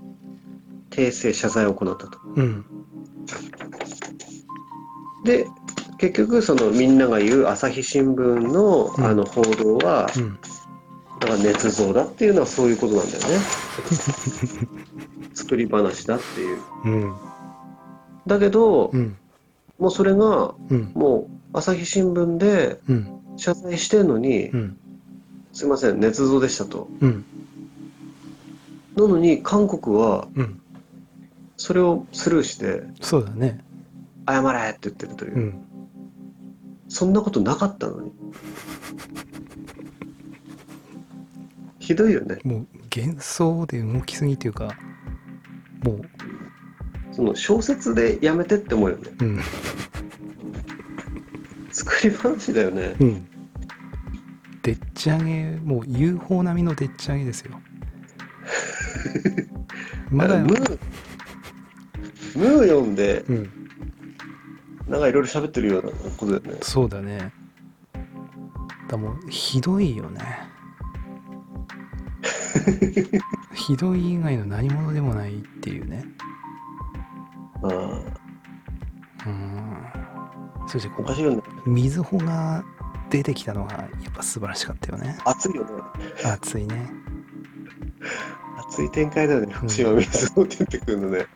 S2: 訂正謝罪を行ったと
S1: うん
S2: で結局そのみんなが言う朝日新聞の
S1: うん
S2: あの報道は、
S1: うん
S2: だから捏造だっていうのはそういうことなんだよ ね作り話だっていう
S1: うん
S2: だけど、
S1: うん
S2: もうそれが
S1: うん
S2: もう朝日新聞で
S1: うん
S2: 謝罪してんのに、
S1: うん
S2: すいません捏造でしたと
S1: うん
S2: なのに韓国は
S1: うん
S2: それをスルーして
S1: そうだね
S2: 謝れって言ってるという、
S1: うん
S2: そんなことなかったのにひどいよね
S1: もう幻想で動きすぎというかもう
S2: その小説でやめてって思うよね
S1: うん
S2: 作り話だよね
S1: うんでっち上げもう UFO 並みのでっち上げです よまだ
S2: だからムームー読んで
S1: うん
S2: なんかいろいろ喋ってるようなことだよね
S1: そうだね。だもうひどいよね。ひどい以外の何者でもないっていうね。
S2: あ
S1: うーん。そして
S2: お
S1: こ
S2: か
S1: こ、
S2: しいよね
S1: みずほが出てきたのがやっぱ素晴らしかったよね。
S2: 熱いよね
S1: 熱いね。
S2: 熱い展開だよね福島みずほ出てくるのね、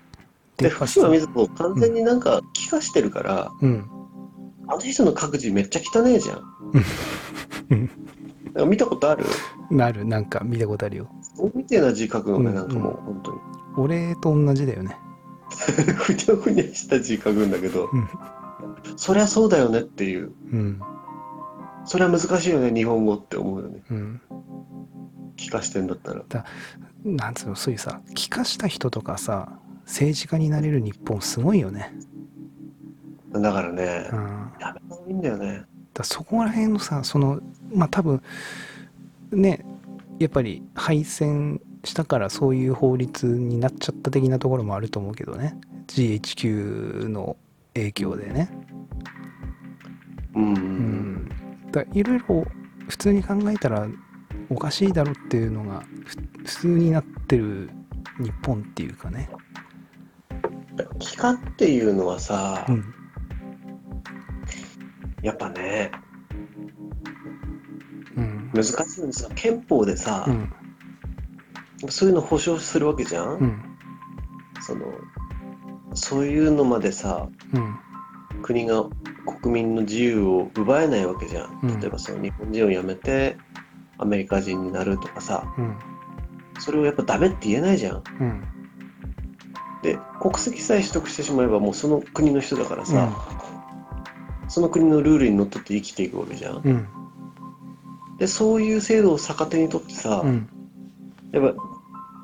S2: で
S1: やっぱさ
S2: 福島みずほ完全になんか気化してるから、
S1: うん。
S2: あの人の各自めっちゃ汚えじゃん
S1: うん
S2: なんか見たことある
S1: なる、なんか見たことあるよ。
S2: そうみたいな字書くのね、
S1: うん
S2: なんかもう本当に。
S1: 俺と同じだよね。
S2: ふにゃふにゃした字書くんだけど、
S1: うん
S2: そりゃそうだよねっていう、
S1: うん。
S2: そりゃ難しいよね、日本語って思うよね。
S1: うん。
S2: 聞かしてんだったら。
S1: なんつうの、そういうさ、帰化した人とかさ、政治家になれる日本すごいよね。
S2: だからね
S1: う、ん。
S2: やめた方がいいんだよね。
S1: だそこら辺のさそのまあ多分ねやっぱり敗戦したからそういう法律になっちゃった的なところもあると思うけどね GHQ の影響でね
S2: うん。
S1: うんだいろいろ普通に考えたらおかしいだろっていうのがふ普通になってる日本っていうかね
S2: 聞かっていうのはさ、
S1: うん
S2: やっぱね、
S1: うん
S2: 難しいんですよ。憲法でさ、
S1: うん
S2: そういうの保障するわけじゃん、
S1: うん
S2: その、そういうのまでさ、
S1: うん
S2: 国が国民の自由を奪えないわけじゃん、
S1: うん
S2: 例えばその日本人を辞めてアメリカ人になるとかさ
S1: うん
S2: それをやっぱダメって言えないじゃん
S1: うん
S2: で国籍さえ取得してしまえばもうその国の人だからさ、その国のルールにのっとって生きていくわけじゃん
S1: うん
S2: でそういう制度を逆手にとってさ、
S1: うん
S2: やっぱ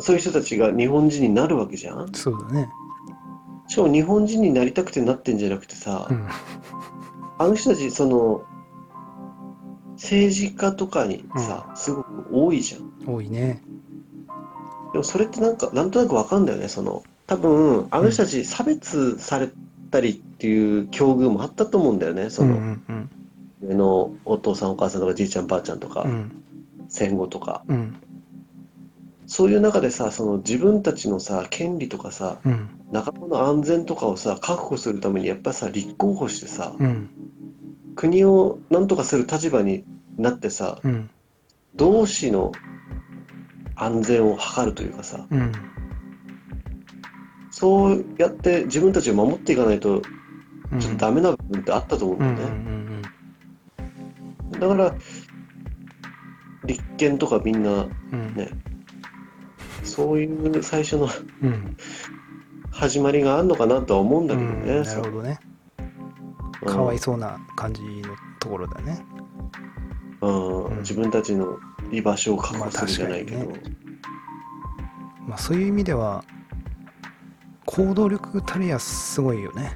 S2: そういう人たちが日本人になるわけじゃん
S1: そうだね
S2: しかも日本人になりたくてなってんじゃなくてさ、
S1: うん
S2: あの人たちその政治家とかにさ、すごく多いじゃん
S1: 多いね
S2: でもそれってなんかなんとなくわかんだよねその多分あの人たち差別されたりっていう境遇もあったと思うんだよねそ
S1: うんう
S2: の、
S1: んうん
S2: 上のお父さんお母さんとかじいちゃんばあちゃんとか、
S1: うん
S2: 戦後とか
S1: うん
S2: そういう中でさ、その自分たちのさ、権利とかさ、
S1: うん
S2: 仲間の安全とかをさ、確保するためにやっぱさ、立候補してさ、
S1: うん
S2: 国をなんとかする立場になってさ、
S1: うん
S2: 同志の安全を図るというかさ、
S1: うん
S2: そうやって自分たちを守っていかないと、
S1: うん
S2: ちょっとダメな部分ってあったと思うん
S1: う
S2: だよ
S1: ん
S2: ね。
S1: うん
S2: だから、立憲とかみん
S1: う
S2: な、
S1: ん
S2: ねそういう最初の
S1: うん
S2: 始まりがあるのかなとは思うん
S1: う
S2: だけど
S1: ん
S2: ね。
S1: なるほどね
S2: そう
S1: かわいそうな感じのところだね
S2: うん
S1: うん
S2: 自分たちの居場所を確保するじゃないけど。
S1: まあまあそういう意味では行動力たりやすごいよね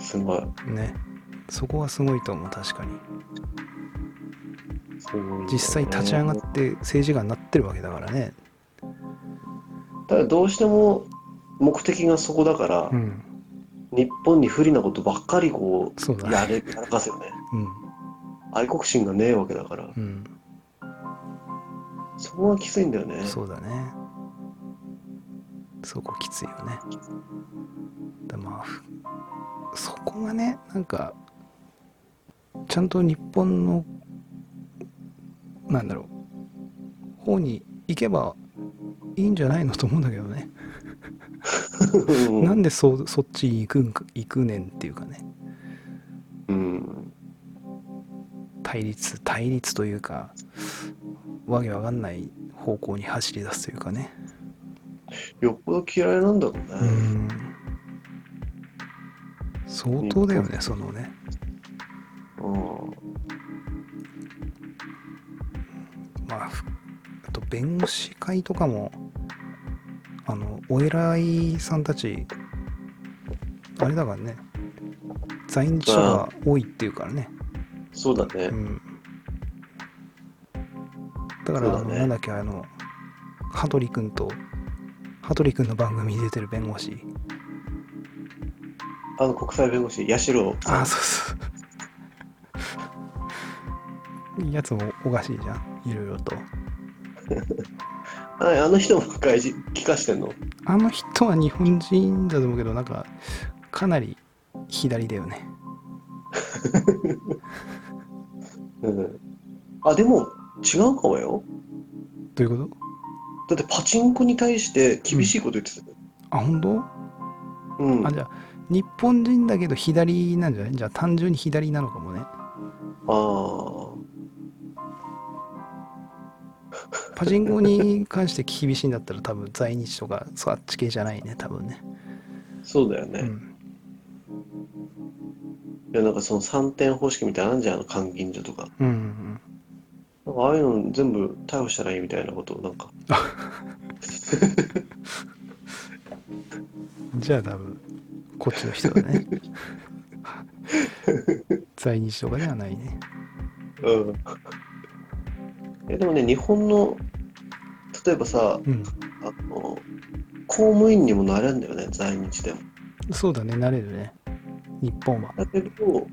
S2: すごい。
S1: ねそこはすごいと思う確かに
S2: すごいんだよね
S1: 実際立ち上がって政治家になってるわけだからね
S2: ただどうしても目的がそこだから、
S1: うん
S2: 日本に不利なことばっかりこ
S1: そうだ
S2: う、
S1: ね
S2: やれ、やらかすよね。
S1: うん
S2: 愛国心がねえわけだから。
S1: うん
S2: そこがきついんだよね。
S1: そうだねそこきついよねでまあふそこがねなんかちゃんと日本のなんだろう方に行けばいいんじゃないのと思うんだけどね、
S2: うん
S1: なんでそそっちに行くんか行くねんっていうかね
S2: うん。
S1: 対立対立というかわけわかんない方向に走り出すというかね
S2: よっぽど嫌いなんだろうね。
S1: うん相当だよねそのね
S2: うん
S1: まあふあと弁護士会とかもあのお偉いさんたちあれだからね在日者が多いっていうからね
S2: そうだね
S1: う。んだから、
S2: そう
S1: あの
S2: だね
S1: なんだっけあの羽鳥君と羽鳥君の番組に出てる弁護士
S2: あの国際弁護士、八代さん
S1: あそうそう やつもおかしいじゃんいろいろと
S2: ああの 人も外事聞かしてんの
S1: あの人は日本人だと思うけどなんかかなり左だよね
S2: うん。あ、でも違うかもよ。
S1: どういうこと
S2: だってパチンコに対して厳しいこと言ってたよ。
S1: あ本当
S2: うん。
S1: あじゃあ日本人だけど左なんじゃないじゃあ単純に左なのかもね
S2: あー
S1: パチンコに関して厳しいんだったら多分在日とかそうあっち系じゃないね多分ね
S2: そうだよ
S1: う
S2: ね。
S1: ん
S2: いや、なんかその3点方式みたいなのあんじゃん、あの監禁所とか。
S1: うんうん
S2: なんかああいうの全部逮捕したらいいみたいなことをなんか。
S1: うんじゃあ多分こっちの人だね在日とかではないね
S2: うん。え、でもね、日本の、例えばさ、
S1: うん
S2: あの、公務員にもなれんだよね、在日でも。
S1: そうだね慣れるね日本は
S2: だけど、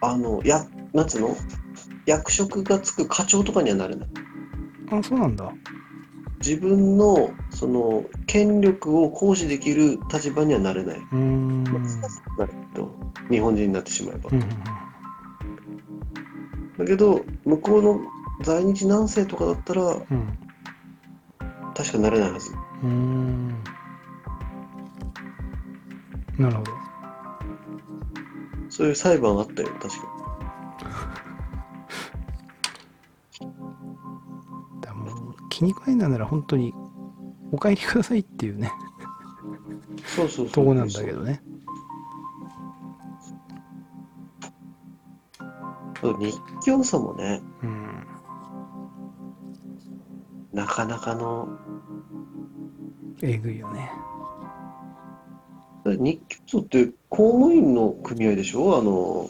S2: あの、や、なんつうの役職がつく課長とかにはなれない。
S1: あそうなんだ
S2: 自分の、その、権力を行使できる立場にはなれない。
S1: うーん
S2: まあなると、日本人になってしまえば
S1: う。んうん
S2: だけど、向こうの在日南西とかだったら、
S1: うん
S2: 確かなれないはず。
S1: うーんなるほど
S2: そういう裁判あったよ、確か。
S1: だからもう気に食えないなら本当にお帰りくださいっていうね
S2: そうそうそう。
S1: とこなんだけどね
S2: あと日教祖もね、
S1: うん
S2: なかなかの、
S1: えぐいよね
S2: 日教祖って公務員の組合でしょあの、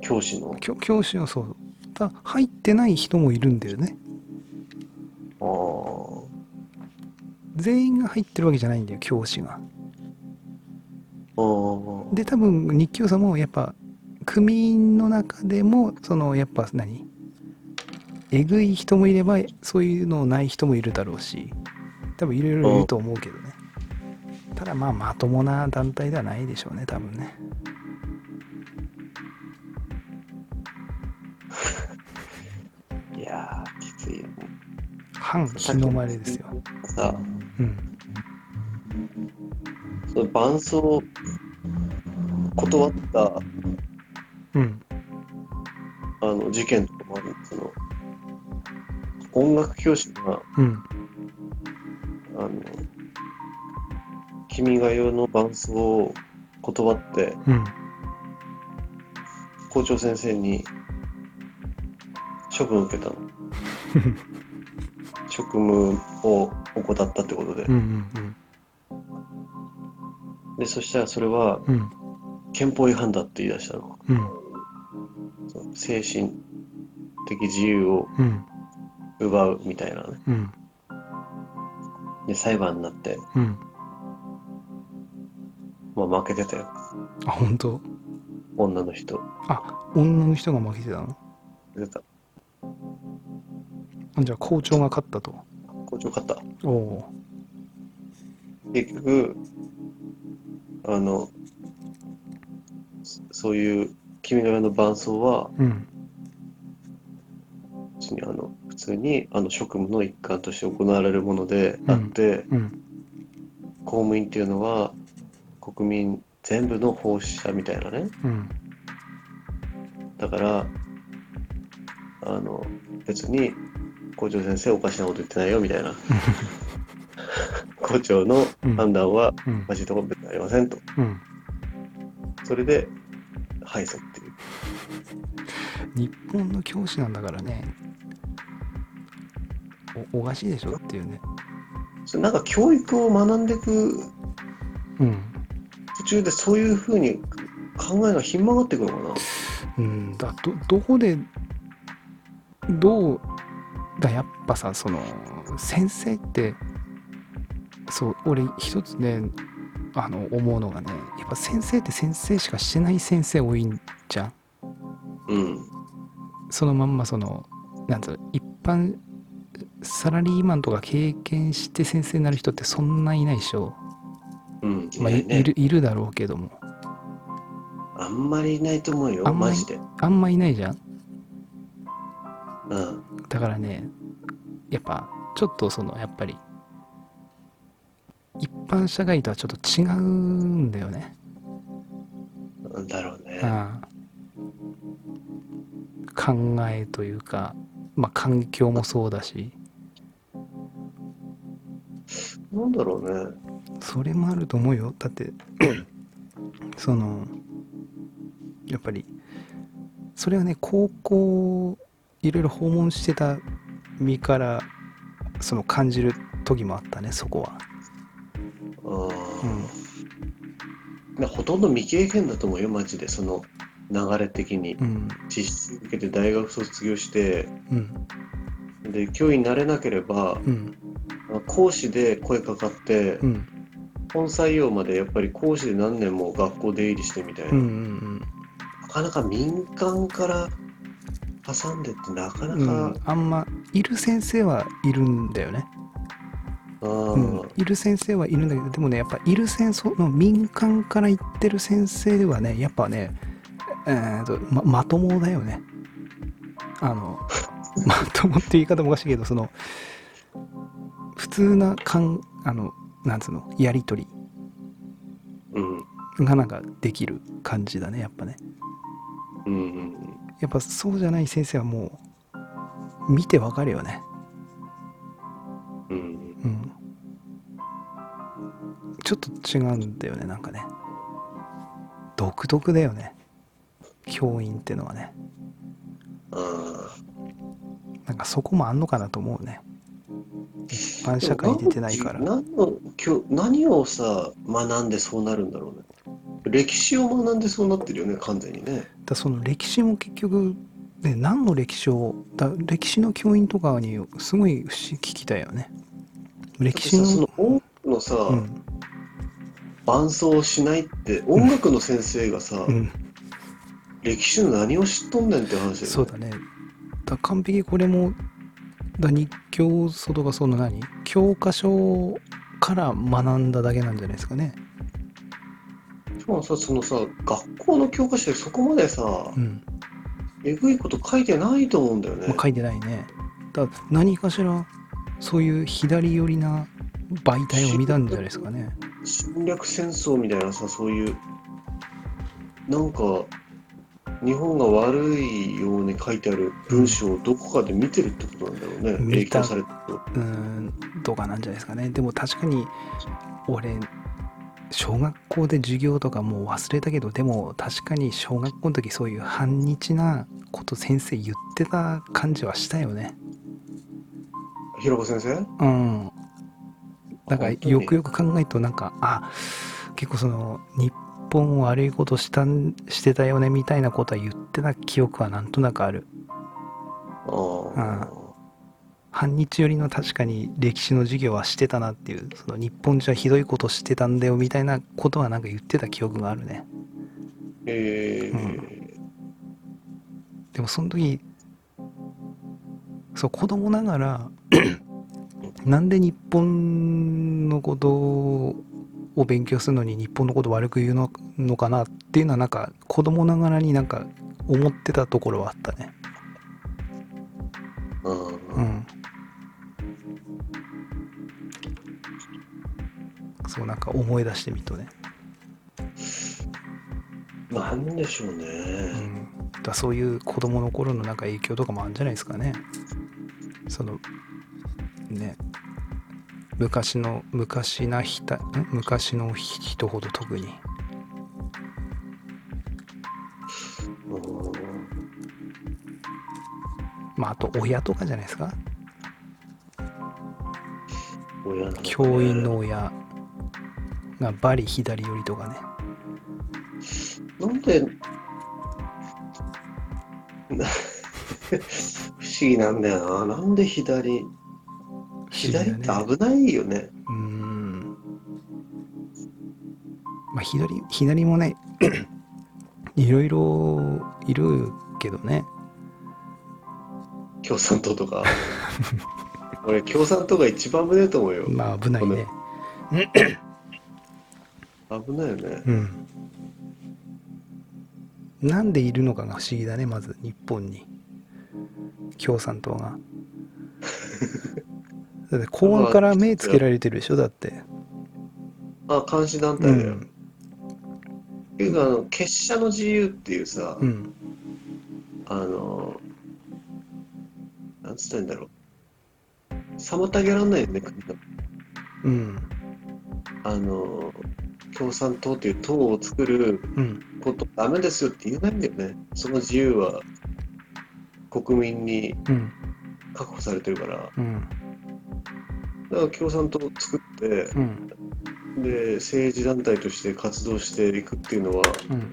S2: 教師の。
S1: 教教師はそうだ入ってない人もいるんだよね
S2: ああ。
S1: 全員が入ってるわけじゃないんだよ教師が
S2: あー
S1: で多分日教さんもやっぱ組員の中でもそのやっぱ何えぐい人もいればそういうのない人もいるだろうし多分いろいろいると思うけどねただまあまともな団体ではないでしょうね多分ね
S2: いやー、きついよね。
S1: 反日の丸ですよ、
S2: さ
S1: うん、
S2: その伴奏を断った
S1: うん
S2: あの事件とかもあるその音楽教師が
S1: うん
S2: あの「君が代」の伴奏を断って
S1: うん
S2: 校長先生に処分を受けた の職務を怠ったってことで,、
S1: うんうん
S2: でそしたらそれは
S1: うんうん
S2: 憲法違反だって言い出したの
S1: うん
S2: その精神的自由を
S1: うん
S2: 奪うみたいなね
S1: うん
S2: で裁判になって、
S1: うん
S2: まあ、負けてたよ
S1: あ本当
S2: 女の人
S1: 女の人が負けてたの
S2: 出た
S1: あじゃあ校長が勝ったと
S2: 校長勝った
S1: おお
S2: 結局あのそそういう「君の名の伴奏は
S1: ーうん
S2: 普通にあの普通にあの職務の一環として行われるものであって、
S1: うん
S2: 公務員っていうのは国民全部の奉仕者みたいなね
S1: うん
S2: だからあの別に校長先生おかしなこと言ってないよみた いな校長の
S1: うん
S2: 判断は
S1: うん
S2: おかしいところ別にありませんと
S1: うん
S2: それで敗訴っていう
S1: 日本の教師なんだからねおおかしいでしょっていうね
S2: それなんか教育を学んでいく
S1: うん、
S2: 途中でそういうふうに考えがひん曲がっていくのかな
S1: うん、だどどこでどうだやっぱさその先生ってそう俺一つねあの思うのがねやっぱ先生って先生しかしてない先生多いんじゃん
S2: うん
S1: そのまんまそのなんつうの一般サラリーマンとか経験して先生になる人ってそんないないでしょ、
S2: うん、
S1: まあ、
S2: い
S1: い
S2: ないね
S1: いるいるだろうけども
S2: あんまりいないと思う
S1: あ
S2: よ
S1: んまり
S2: マジで
S1: あんまいないじゃん
S2: うん
S1: だからねやっぱちょっとそのやっぱり一般社会とはちょっと違うんだよね、
S2: なんだろうね
S1: ああ考えというかまあ環境もそうだし
S2: なんだろうね
S1: それもあると思うよだって そのやっぱりそれはね高校いろいろ訪問してた身からその感じる時もあったねそこは
S2: う
S1: う
S2: ん
S1: ん
S2: まあほとんど未経験だと思うよマジでその流れ的に
S1: うん
S2: 実質受けて大学卒業して
S1: うん
S2: で教員になれなければ
S1: うん
S2: まあ講師で声かかって
S1: うん
S2: 本採用までやっぱり講師で何年も学校出入りしてみたいな、
S1: うんうん
S2: なかなか民間から挟んでってなか
S1: う
S2: なん
S1: う
S2: か
S1: ん、あんまいる先生はいるんだよね、
S2: あ
S1: うん
S2: ー、
S1: いる先生はいるんだけどでもねやっぱいる先生の民間から行ってる先生ではねやっぱねえーとままともだよねあ のまともって言い方もおかしいけどその普通なかんあのなんつうのやり取
S2: うん、
S1: りがなんかできる感じだねやっぱね
S2: うんうん
S1: やっぱそうじゃない先生はもう見てわかるよね
S2: うんうん
S1: うんちょっと違うんだよねなんかね独特だよね教員ってのはね
S2: あ
S1: なんかそこもあんのかなと思うね一般
S2: ー
S1: 社会に出てないから
S2: でも何の教何をさ学んでそうなるんだろうね歴史を学んでそうなってるよね完全にね
S1: だその歴史も結局、ね、何の歴史をだ歴史の教員とかにすごい不思聞きたいよね歴史
S2: だってさそ
S1: の
S2: の音楽のさ、
S1: うん
S2: 伴奏をしないって音楽の先生がさ、
S1: うん
S2: 歴史の何を知っとんねんって話だよね
S1: そうだねだ完璧にこれもだ日教祖とかその何教科書から学んだだけなんじゃないですかね。
S2: しかもさ、そのさ、学校の教科書でそこまでさ
S1: う、ん
S2: えぐいこと書いてないと思うんだよね。
S1: まあ、書いてないね。だ何かしらそういう左寄りな媒体を見たんじゃないですかね。
S2: 侵略戦争みたいなさ、そういう、なんか、日本が悪いように書いてある文章をどこかで見てるってことなんだろうね。
S1: 見
S2: 影
S1: た
S2: 響されてると。
S1: うーんどうかなんじゃないですかね。でも確かに俺小学校で授業とかもう忘れたけどでも確かに小学校の時そういう反日なこと先生言ってた感じはしたよね。
S2: 平子先生
S1: うん。だから
S2: 本当に
S1: よくよく考えるとなんかあ結構その日本悪いことしたんしてたよねみたいなことは言ってた記憶はなんとなくある
S2: あ
S1: 反日寄りの確かに歴史の授業はしてたなっていうその日本じゃひどいことしてたんだよみたいなことはなんか言ってた記憶があるね
S2: あ。え
S1: う
S2: ー
S1: でもその時そう子供ながらなんで日本のことを勉強するのに日本のこと悪く言うののかなっていうのはなんか子供ながらになんか思ってたところはあったね。
S2: うん
S1: うんそうなんか思い出してみるとね、
S2: なんでしょうね。
S1: うん、だからそういう子供の頃のなんか影響とかもあるんじゃないですかねそのね昔の昔なひたん昔の人ほど特に
S2: うん
S1: まああと親とかじゃないですか
S2: 親なんだね
S1: 教員の親がバリ左寄りとかね
S2: なんで、な 不思議なんだよな。なんで左、左って
S1: 不思議だね
S2: 危ないよね。
S1: うーんまあ左左もね いろいろいるけどね
S2: 共産党とか。俺、共産党が一番危ないと思うよ。
S1: まあ危ないね
S2: 危ないよね。
S1: うんなんでいるのかが不思議だねまず日本に共産党 がだって公安から目つけられてるでしょだって
S2: あ、監視団
S1: う
S2: 体だよ。
S1: ん
S2: っていうか、あの、結社の自由っていうさ、
S1: うん
S2: あの、なんつったらいいんだろう。妨げられないよね、国が
S1: うん
S2: あの、共産党という党を作る
S1: うん
S2: ことダメですよって言えないんだよね。その自由は国民に
S1: うん
S2: 確保されてるから。だか
S1: うん
S2: ら共産党を作って、
S1: うん
S2: で、政治団体として活動していくっていうのは、
S1: うん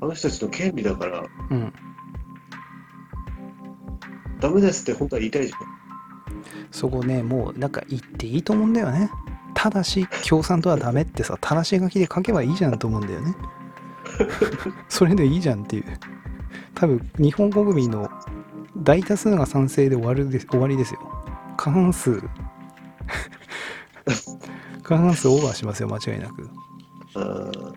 S2: あの人たちの権利だから、
S1: うん
S2: ダメですって本当は言いたいじゃ
S1: そこねもうなんか言っていいと思うんだよねただし共産党はダメってさただし書きで書けばいいじゃんと思うんだよね それでいいじゃんっていう多分日本国民の大多数が賛成で終わるです終わりですよ過半数 過半数オーバーしますよ間違いなく
S2: ん。あー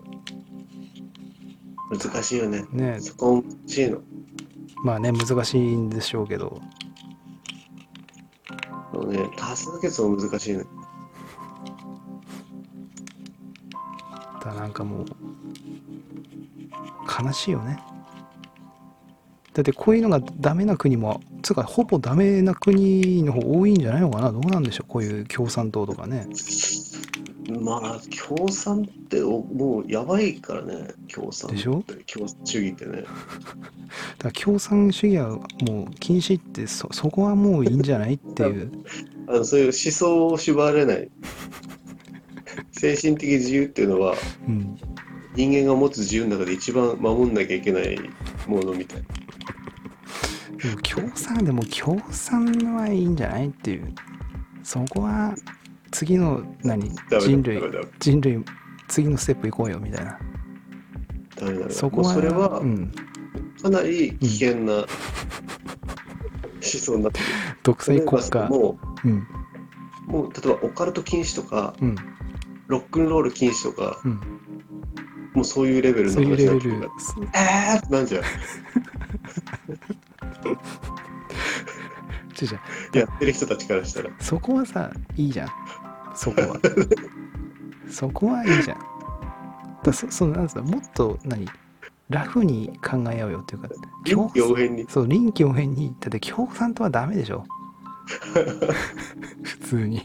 S2: 難しいよね。
S1: ね
S2: そこ難しいの。
S1: まあね難しいんでしょうけど
S2: でもね、多数決も難しいね。
S1: だなんかもう悲しいよねだってこういうのがダメな国もつうかほぼダメな国の方多いんじゃないのかなどうなんでしょうこういう共産党とかね
S2: まあ、共産っておもうやばいからね、共産って。
S1: でしょ
S2: 共産主義って
S1: だ
S2: ね。
S1: から共産主義はもう禁止ってそそこはもういいんじゃないっていう
S2: あのそういう思想を縛られない精神的自由っていうのは
S1: うん
S2: 人間が持つ自由の中で一番守んなきゃいけないものみたいな
S1: でも共産でも共産はいいんじゃないっていうそこは次の何
S2: ダメ
S1: 人
S2: だ
S1: 類
S2: ダメだ
S1: 人類次のステップ行こうよみたいな
S2: ダメだダメだ
S1: そこ
S2: もう
S1: は
S2: それは
S1: うん
S2: かなり危険なそうになってる
S1: 独裁
S2: 例えば
S1: 国家
S2: も
S1: うん
S2: うもう例えばオカルト禁止とか
S1: うん
S2: ロックンロール禁止とか
S1: うん
S2: もうそういうレベルの
S1: そういうレ
S2: 話に
S1: ベ
S2: なってくるか
S1: ル
S2: らえーってなんじゃん
S1: ちょちょ
S2: やってる人たちか らしたら
S1: そこはさいいじゃんそこ はそこはいいじゃんだそそうなんですかもっと何ラフに考えようよっていうか共
S2: 傭変に
S1: そう臨機応変にだって共産党はダメでし ょ普通に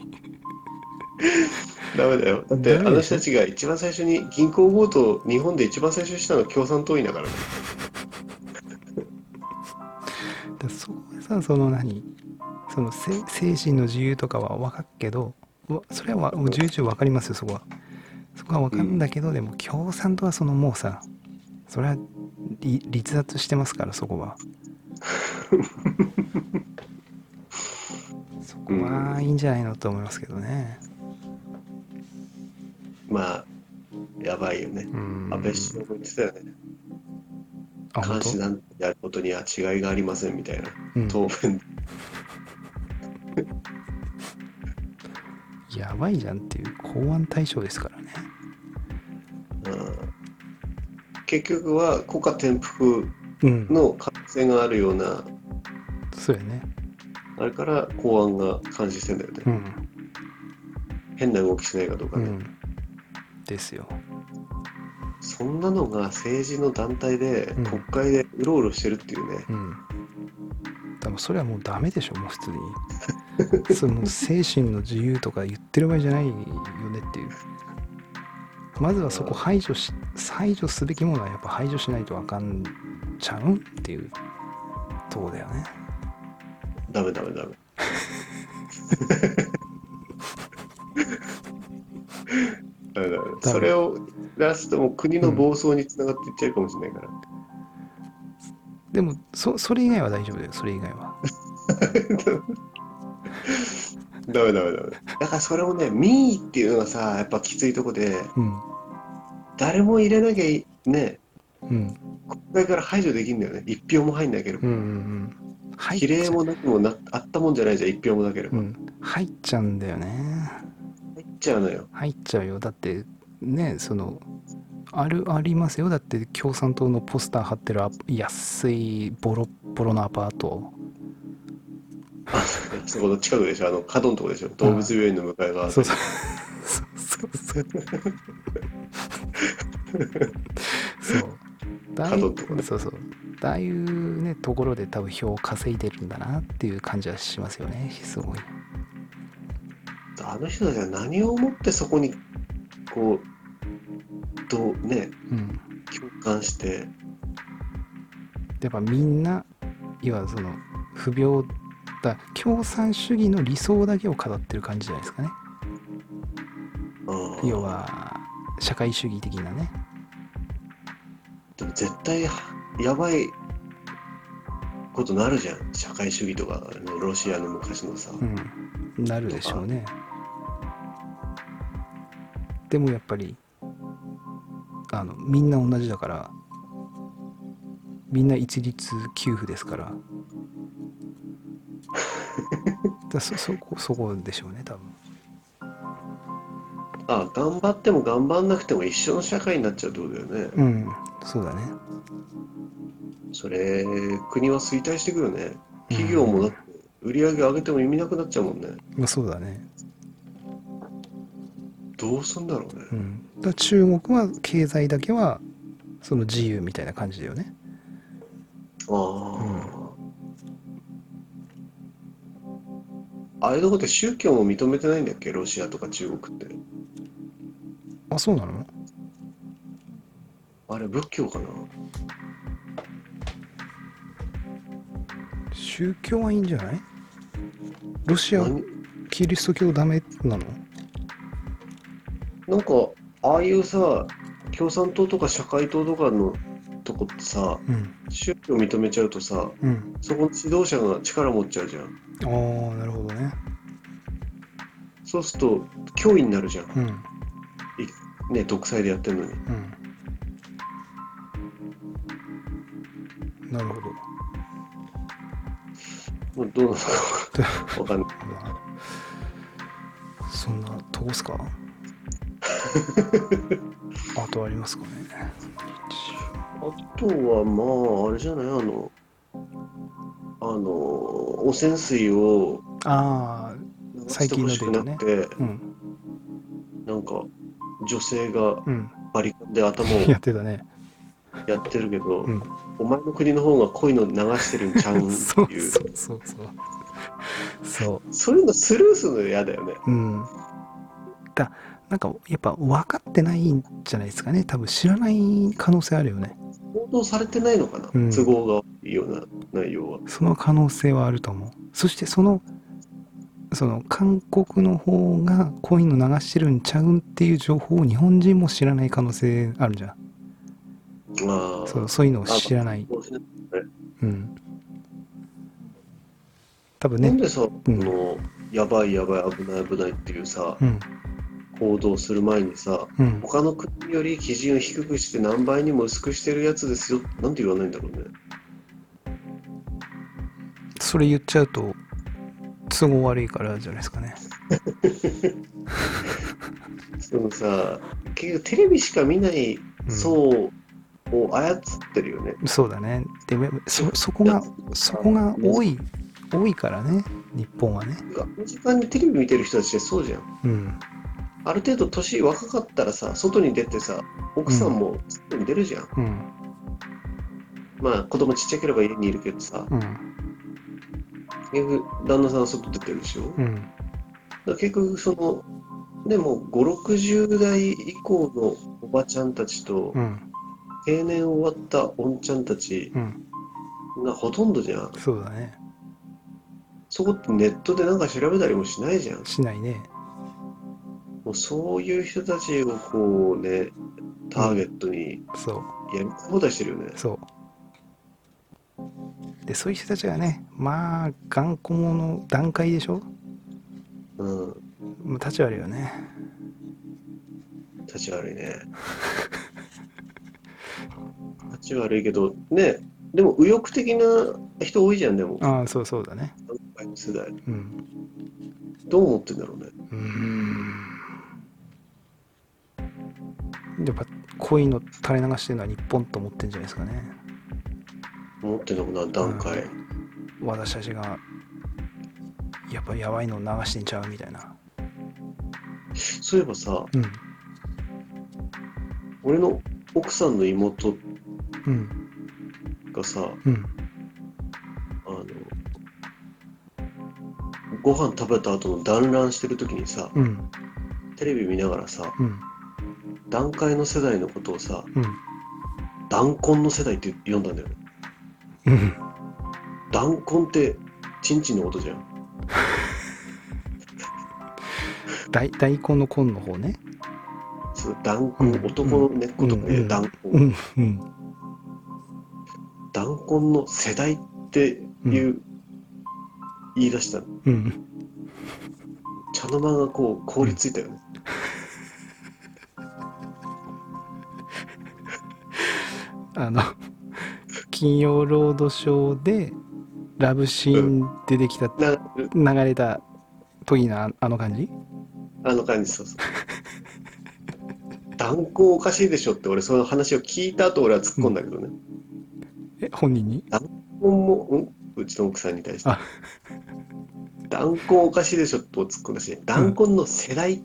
S2: ダメだよだって
S1: ダメでしょ
S2: 私たちが一番最初に銀行強盗を日本で一番最初にしたのは共産党員だからね
S1: だそこはさその何そのせ精神の自由とかは分かっけどわそれはわもう重々分かりますよそこはそこは分かるんだけど、でも共産党はそのもうさそれはり立脱してますからそこ はそこはいいんじゃないのと思いますけどね
S2: まあやばいよね
S1: うん
S2: 安倍首相も言ってたよね
S1: あ本
S2: 監視
S1: 当
S2: なんてやることには違いがありませんみたいな
S1: うん
S2: 答弁
S1: やばいじゃんっていう公安対象ですからね
S2: うん結局は国家転覆
S1: うん
S2: の可能性があるような
S1: そうやね
S2: あれから公安が監視してんだよね、
S1: うん
S2: 変な動きしないかどうか
S1: う
S2: ね、
S1: んですよ
S2: そんなのが政治の団体で
S1: うん
S2: 国会でうろうろしてるっていうね、
S1: うん。でもそれはもうダメでしょ、もう普通に。 その精神の自由とか言ってる場合じゃないよねっていう。まずはそこ排除し、排除すべきものはやっぱ排除しないとあかんちゃうんっていうとこだよね。
S2: ダメダメダ メダメダメそれを出すともう国の暴走につながっていっちゃうかもしれないから、
S1: でもそ、それ以外は大丈夫だよ、それ以外は。
S2: ダメダメダメだからそれをね民意っていうのはさやっぱきついとこで
S1: うん。
S2: 誰も入れなきゃいね
S1: うん。
S2: 国会から排除できるんだよね一票も入んなければ、
S1: うんうんうん。入
S2: 比例もなくもなあったもんじゃないじゃん一票もなけれ
S1: う
S2: ば、
S1: ん。入っちゃうんだよね。
S2: 入っちゃうのよ
S1: 入っちゃうよだってねそのあるありますよだって共産党のポスター貼ってるア安いボロッボロのアパート
S2: あそこの近くでしょあの角のとこでしょ動物病院の向かい側
S1: そうそうそうそうそうそうだい
S2: 角のとこね
S1: そうそうだあいうねところで多分票を稼いでるんだなっていう感じはしますよねすごい
S2: あの人たちは何をもってそこにこうどうね
S1: うん
S2: 共感して
S1: やっぱみんないわゆるその不平だ共産主義の理想だけを語ってる感じじゃないですかね
S2: うん
S1: 要は社会主義的なね
S2: でも絶対やばいことなるじゃん社会主義とかあのロシアの昔のさ、
S1: うんなるでしょうねでもやっぱりあのみんな同じだからみんな一律給付ですから だそそこそこでしょうね多分
S2: あ頑張っても頑張んなくても一緒の社会になっちゃうってことだよね、
S1: うんそうだね
S2: それ国は衰退してくよね企業もだって売り上げ上げても意味なくなっちゃうもんね
S1: まあそうだね
S2: どうすんだろうね、
S1: うんだから中国は経済だけはその自由みたいな感じだよね
S2: ああ、ああいうとこって宗教も認めてないんだっけロシアとか中国って
S1: あそうなの
S2: あれ仏教かな
S1: 宗教はいいんじゃないロシア
S2: 何
S1: キリスト教ダメなの
S2: なんかああいうさ共産党とか社会党とかのとこってさ
S1: うん
S2: 宗教認めちゃうとさ
S1: うん
S2: そこの指導者が力持っちゃうじゃん
S1: ああなるほどね
S2: そうすると脅威になるじゃん
S1: うん
S2: ね独裁でやってるのに
S1: うんなるほど
S2: もうどうなのか わかんない。
S1: まあそんなとこっす かあとありますかね
S2: あとはまああれじゃないあのあの汚染水を
S1: ああ
S2: 流してほしくなって、
S1: うん
S2: なんか女性が
S1: うん
S2: バリカンで頭を
S1: やってたね
S2: やってるけど、
S1: うん
S2: お前の国の方が濃いの流してるんちゃうんっ て
S1: そう
S2: いう
S1: そうそうそうそ
S2: そういうのスルーするの嫌だよね。
S1: ううんだなんかやっぱ分かってないんじゃないですかね多分知らない可能性あるよね
S2: 報道されてないのかな、
S1: うん
S2: 都合がいいような内容は。
S1: その可能性はあると思うそしてそのその韓国の方がコインの流してるんちゃうんっていう情報を日本人も知らない可能性あるじゃん
S2: まあ、
S1: そうそういうのを知らない、
S2: そうですね
S1: うん、多分
S2: なん
S1: ね、
S2: でさ、このやばいやばい危ない危ないっていうさ
S1: うん
S2: 報道する前にさ
S1: うん、
S2: 他の国より基準を低くして何倍にも薄くしてるやつですよなんて言わないんだろうね
S1: それ言っちゃうと都合悪いからじゃないですかね
S2: そのさ結局テレビしか見ない
S1: うん
S2: 層を操ってるよね、
S1: そうだねでもそそこがそこが多
S2: い
S1: い多いからね日本はね
S2: あの時間にテレビ見てる人たちってそうじゃん
S1: うん
S2: ある程度年若かったらさ外に出てさ奥さんも外に出るじゃん、
S1: うん
S2: まあ子供ちっちゃければ家にいるけどさ
S1: うん
S2: 結局旦那さんは外出てるでしょ、
S1: うん
S2: だから結局そのでも560代以降のおばちゃんたちと
S1: うん
S2: 定年終わったおんちゃんたち
S1: うん
S2: がほとんどじゃん
S1: そうだね
S2: そこってネットでなんか調べたりもしないじゃん
S1: しないね
S2: もうそういう人たちをこうねターゲットに
S1: そう
S2: やり放題してるよね、
S1: そうでそういう人たちがねまあ頑固者の段階でしょ
S2: うん、
S1: もう立ち悪いよね
S2: 立ち悪いね立ち悪いけどねでも右翼的な人多いじゃんでも
S1: ああそうそうだね
S2: 世代
S1: うん
S2: どう思ってんだろうね
S1: うーんやっぱこういうの垂れ流してるのは日本と思ってんじゃないですかね
S2: 思ってんのかな段階、
S1: 私たちがやっぱやばいの流してんちゃうみたいな
S2: そういえばさ
S1: うん
S2: 俺の奥さんの妹
S1: うん
S2: がさ
S1: うん
S2: あのご飯食べた後の団らんしてる時にさ
S1: うん
S2: テレビ見ながらさ
S1: うん
S2: 団塊の世代のことをさ
S1: うん
S2: 弾痕の世代って呼んだんだよね
S1: うん
S2: 弾痕ってチンチンのことじゃん
S1: 大大根の根の方ね
S2: そう弾痕、
S1: うん
S2: 男の根っことか
S1: う
S2: ね
S1: ん
S2: 弾痕、
S1: うんうん
S2: 弾痕の世代っていう、言い出したの
S1: うん
S2: 茶の間がこう凍りついたよね、
S1: あの「金曜ロードショー」でラブシーン出てきた
S2: な
S1: 流れた時のああの感じ
S2: あの感 じそうそう弾痕おかしいでしょって俺その話を聞いた後俺は突っ込んだけどね、
S1: え本人に
S2: 弾痕も、うん、うちの奥さんに対して
S1: あ
S2: 弾痕おかしいでしょって突っ込んだし弾痕の世代っ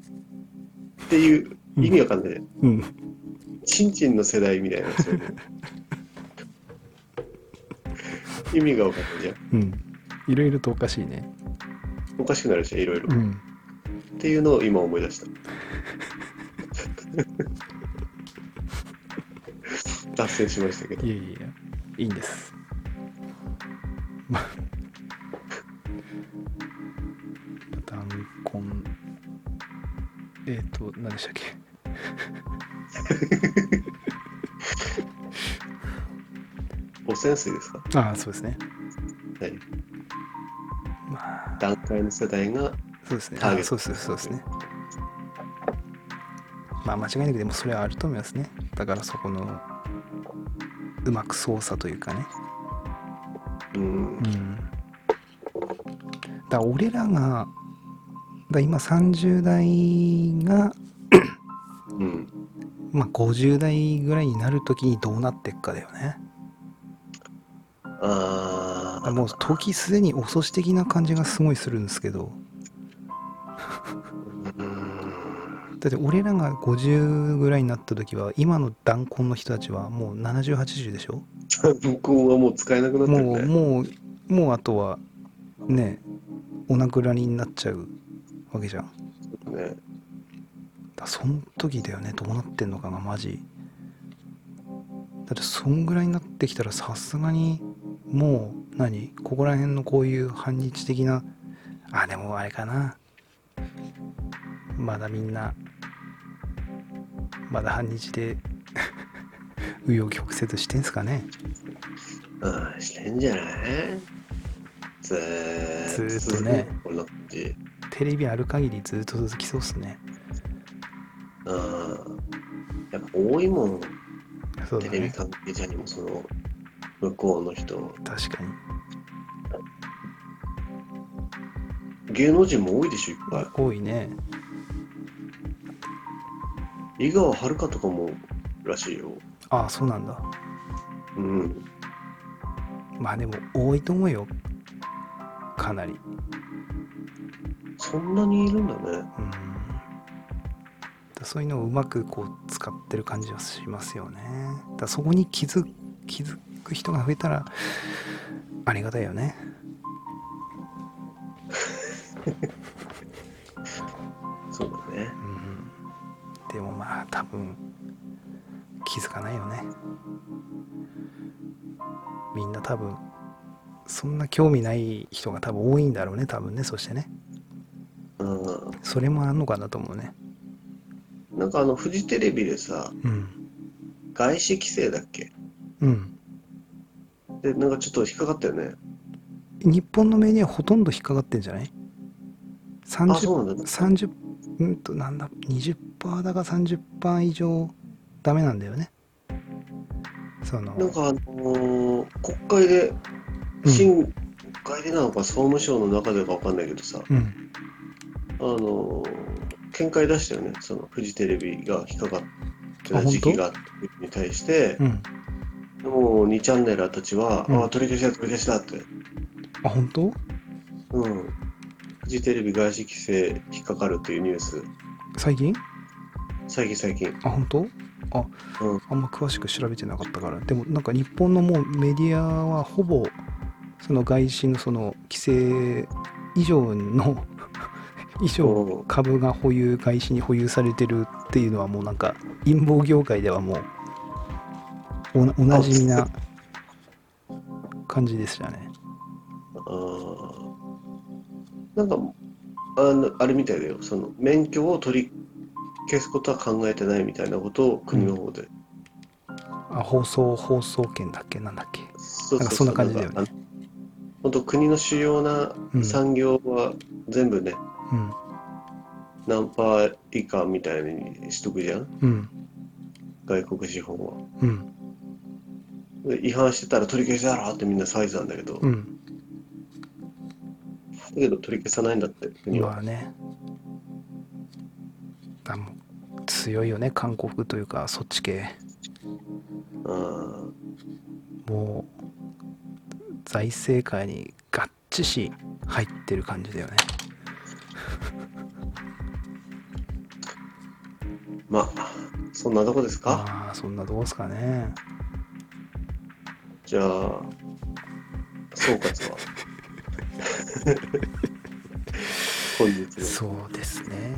S2: ていう意味わかんない、
S1: うん
S2: チンチンの世代みたいなそういう 意味がわかんないじゃ
S1: う
S2: ん
S1: んいろいろとおかしいね
S2: おかしくなるじゃんいろいろ、
S1: う
S2: っ
S1: ん
S2: ていうのを今思い出した脱線しましたけど
S1: いやいやいやいいんですまあ弾痕えっ、と何でしたっけ
S2: 汚染水ですか
S1: ああそうですね
S2: はい
S1: まあ
S2: 段階の世代が
S1: そうですね。
S2: ターゲッ
S1: あ
S2: ト
S1: そうですそうですね。まあ間違いなくでもそれはあると思いますね。だからそこのうまく操作というかね。
S2: うん
S1: うん。だから俺らがだから今30代が、
S2: うん。
S1: まあ、50代ぐらいになる時にどうなってっかだよね
S2: ああ、
S1: もう時すでに遅し的な感じがすごいするんですけど
S2: うん。
S1: だって俺らが50ぐらいになった時は今の弾痕の人たちはもう7080でしょ
S2: 僕はもう使えなくなって
S1: もう
S2: るね。
S1: もうもうあとはねお亡くなりになっちゃうわけじゃんだか
S2: ね
S1: らそん時だよねどうなってんのかがマジだってそんぐらいになってきたらさすがにもう何ここら辺のこういう反日的なあでもあれかなまだみんなまだ反日で 紆余曲折してんすかね
S2: うん、してんじゃないずー
S1: ずーっとね。
S2: こんな感じ。
S1: テレビある限りずっと続きそうっすね
S2: うん。やっぱ多いもん、
S1: そう
S2: テ
S1: だ
S2: レビ
S1: ね
S2: 関係者にもその、向こうの人。
S1: 確かに
S2: 芸能人も多いでしょ、いっぱい。
S1: 多いね
S2: 井川遥とかもらしいよ。
S1: ああそうなんだ
S2: うん。
S1: まあでも多いと思うよかなり
S2: そんなにいるんだね。
S1: うんだそういうのをうまくこう使ってる感じはしますよねだそこに気づ気づく人が増えたらありがたいよね
S2: そうだね
S1: う。んでもまあ多分気づかないよねみんな多分そんな興味ない人が多分多いんだろうね多分ねそしてね
S2: う
S1: それもあんのかなと思うね
S2: ん。なんかあの、フジテレビでさ、
S1: うん
S2: 外資規制だっけ
S1: うん
S2: で、なんかちょっと引っかかったよね。
S1: 日本のメディアほとんど引っかかってんじゃない
S2: あ、
S1: 30
S2: そうなんだ。
S1: 30うんとなんだ20%だか30%以上ダメなんだよねその
S2: なんかあのー国会で、
S1: うん
S2: 新、国会でなのか総務省の中でかわかんないけどさ、
S1: うん
S2: あのー見解出したよね。そのフジテレビが引っかかって
S1: あ
S2: た
S1: 本当
S2: 時期があった時に対して
S1: う、ん
S2: もう2チャンネルたちは、
S1: うん
S2: ああ、取り消しだ、取り消しだって。
S1: あ本当
S2: うん。フジテレビ外資規制引っかかるっていうニュース、
S1: 最近
S2: 最近最近。
S1: あ本当あ、
S2: うん
S1: あんま詳しく調べてなかったからでもなんか日本のもうメディアはほぼその外資のその規制以上の 以上
S2: うん
S1: 株が保有外資に保有されてるっていうのはもうなんか陰謀業界ではもうおなおなじみな感じでしたね
S2: あーなんかあのあれみたいだよその免許を取り消すことは考えてないみたいなことを国の方で、
S1: あ放送放送権だっけなんだっけ
S2: そ
S1: なんかそんな感じだよね
S2: なんかあの本当国の主要な
S1: うん
S2: 産業は全部ね、
S1: うん
S2: 何パー以下みたいにしとくじゃん
S1: うん
S2: 外国資本は
S1: うん
S2: で違反してたら取り消しだろってみんな騒いでたんだけど、
S1: う
S2: だ
S1: ん
S2: けど取り消さないんだって国は、
S1: 今はねあもう強いよね韓国というかそっち系
S2: あ
S1: もう財政界にがっちし入ってる感じだよね
S2: ーまあそんなとこですか、
S1: まあそんなどうですかね
S2: じゃあ、総括は 本日の
S1: そうですね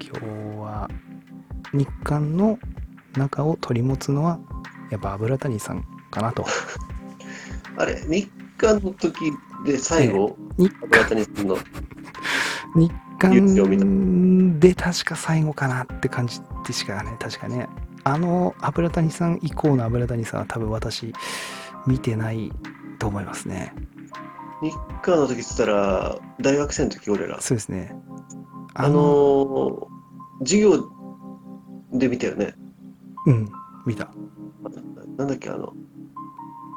S1: 今日は日韓の中を取り持つのはやっぱ油谷さんかなと
S2: あれ、日韓の時で最後、
S1: 日
S2: 村谷さんの、
S1: 日
S2: ニュースを見た
S1: 韓で確か最後かなって感じでしかね確かねあの油谷さん以降の油谷さんは多分私見てないと思いますね
S2: 日韓の時って言ったら、大学生の時俺ら、
S1: そうですね
S2: あのー、授業で見たよね。
S1: うん見た
S2: なんだっけ、あの、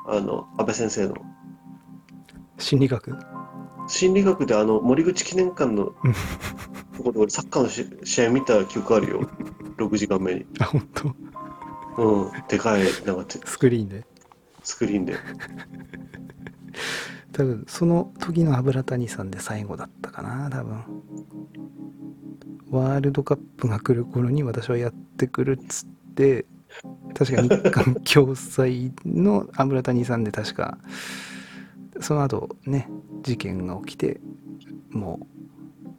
S2: あの、安倍先生の、
S1: 心理学
S2: 心理学であの森口記念館 の
S1: うん
S2: とこで俺サッカーのし試合見た記憶あるよ6時間目に
S1: あ本当
S2: うんでかいなんかて
S1: スクリーンで
S2: スクリーンで
S1: 多分その時の油谷さんで最後だったかな多分ワールドカップが来る頃に私はやってくるっつって確か日韓共催の油谷さんで確かその後ね事件が起きてもう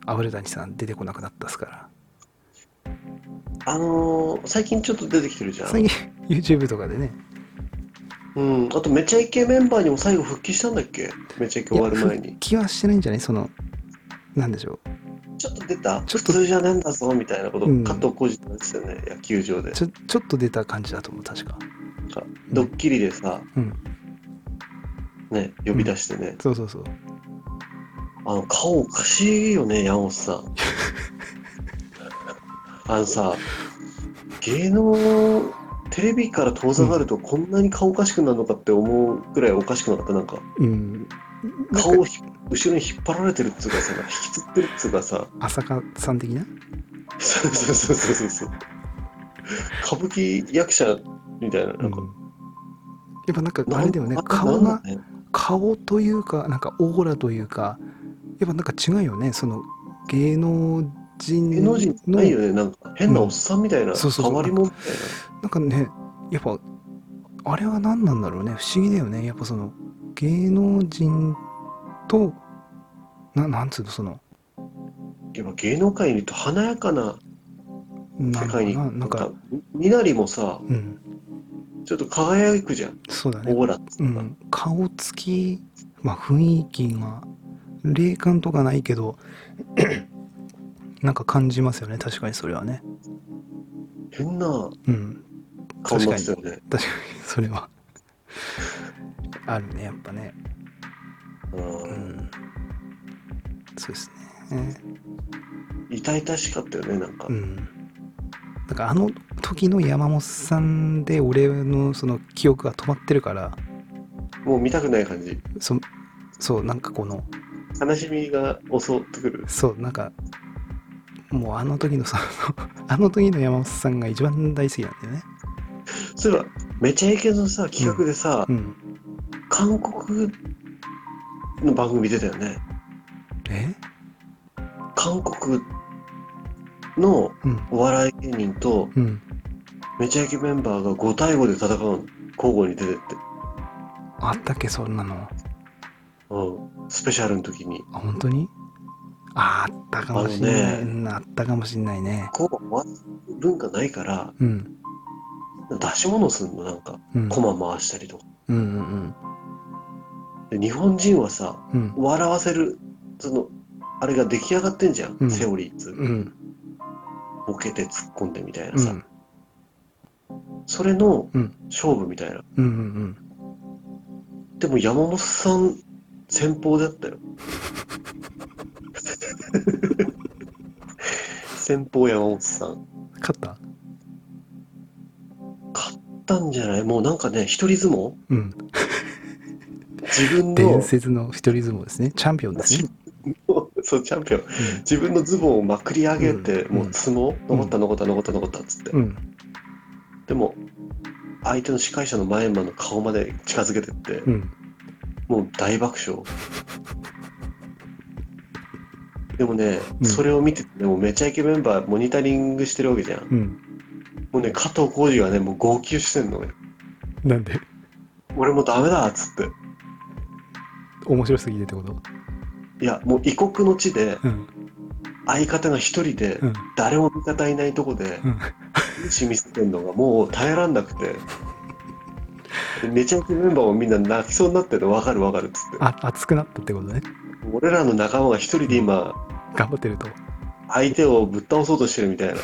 S1: 油谷さん出てこなくなったっすか
S2: あのー最近ちょっと出てきてるじゃ
S1: ら
S2: ん
S1: 最近 YouTube とかでね
S2: うん、あと、めちゃイケメンバーにも最後復帰したんだっけめちゃイケ終わる前
S1: いや
S2: に
S1: 復。帰はしてないんじゃないそのなんでしょ
S2: ちょっと出た
S1: ちょっと
S2: 普通じゃねえんだぞみたいなこと、
S1: うん
S2: 加藤浩次なんですよね、野球場で
S1: う。ちょちょっと出た感じだと思う確か
S2: なんかドッキリでさ、
S1: うん
S2: ね、呼び出してね、
S1: そうそうそう
S2: あの顔おかしいよね、山本さん。 あのさ、芸能、テレビから遠ざかるとこんなに顔おかしくなるのかって思うくらいおかしくなかった、なんか。
S1: うんなんか
S2: 顔をひ後ろに引っ張られてるっつうかさ、引きつってるっつうかさ、
S1: 浅香さん的な
S2: そうそうそうそうそうそう。歌舞伎役者みたいな、なんか
S1: う、んやっぱなんか
S2: なん
S1: あれだよね
S2: なん
S1: 顔が
S2: なんだね
S1: 顔というかなんかオーラというかやっぱなんか違うよねその芸能人の
S2: 芸能人じゃないよね、なんか変なおっさんみたいな、
S1: うんそうそうそう
S2: 変わり者みたい
S1: なんかねやっぱあれは何なんだろうね不思議だよねやっぱその芸能人とななんつうのその
S2: な。やっぱ芸能界にいると華やかな
S1: な
S2: 世
S1: んか
S2: 界に、
S1: ななんか、
S2: みなりもさ、
S1: うん
S2: ちょっと輝くじゃん、
S1: そうだね
S2: オーラっつ
S1: う
S2: うか。
S1: ん、顔つき、まあ、雰囲気が霊感とかないけどなんか感じますよね確かにそれはね
S2: 変な
S1: うん
S2: 顔になってたよね。
S1: 確かにそれはあるねやっぱねう
S2: うん
S1: んそうですね
S2: 痛々しかったよね、なんか
S1: う。んだからあの時の山本さんで俺のその記憶が止まってるから
S2: もう見たくない感じ。
S1: そそうなんかこの
S2: 悲しみが襲ってくる。
S1: そうなんかもうあの時のその あの時の山本さんが一番大好きなんだよね
S2: そういえば、めちゃイケのさ、企画でさ、
S1: うん
S2: 韓国の番組出たよね
S1: え
S2: 韓国の
S1: うん
S2: お笑い芸人と
S1: うん
S2: めちゃイケメンバーが5対5で戦うの交互に出てって、
S1: あったっけそんなの
S2: うん、スペシャルの時に
S1: あ本当にああったかもしんない
S2: あのね
S1: うんあったかもしんないね
S2: こうは文化ないから
S1: うん
S2: 出し物すんのなんか
S1: うん
S2: コマ回したりとか
S1: うんうん
S2: で日本人はさ
S1: うん
S2: 笑わせるそのあれが出来上がってんじゃん、
S1: うん
S2: セオリーつう
S1: うんうん
S2: ボケて突っ込んでみたいな
S1: う
S2: さ、
S1: ん
S2: それの
S1: うん
S2: 勝負みたいな
S1: うんうん
S2: でも山本さん先方だったよ。先方山本さん。
S1: 勝った
S2: 勝ったんじゃないもうなんかね、一人相撲
S1: うん
S2: 自分の
S1: 伝、説の一人相撲ですねチャンピオンですね
S2: そう、チャンピオン。自分のズボンをまくり上げて、
S1: うん
S2: もう相撲、
S1: うん
S2: 残った残った残った残ったっつって。
S1: うんうん
S2: でも、相手の司会者の前マンの顔まで近づけてって、
S1: うん
S2: もう大爆笑。でもね、
S1: うん
S2: それを見てて、でもめちゃイケメンバーモニタリングしてるわけじゃん。
S1: うん
S2: もうね、加藤浩次がね、もう号泣してんのね。
S1: なんで
S2: 俺もうダメだっつって。
S1: 面白すぎてってこと
S2: いや、もう異国の地で、
S1: うん
S2: 相方が一人で
S1: う、ん
S2: 誰も味方いないとこで、
S1: うん
S2: 染みせてんのがもう耐えらんなくて。でめちゃくちゃメンバーもみんな泣きそうになってるの分かる分かるっつって。
S1: あ熱くなったってことね
S2: 俺らの仲間が一人で今、
S1: 頑張ってると
S2: 相手をぶっ倒そうとしてるみたい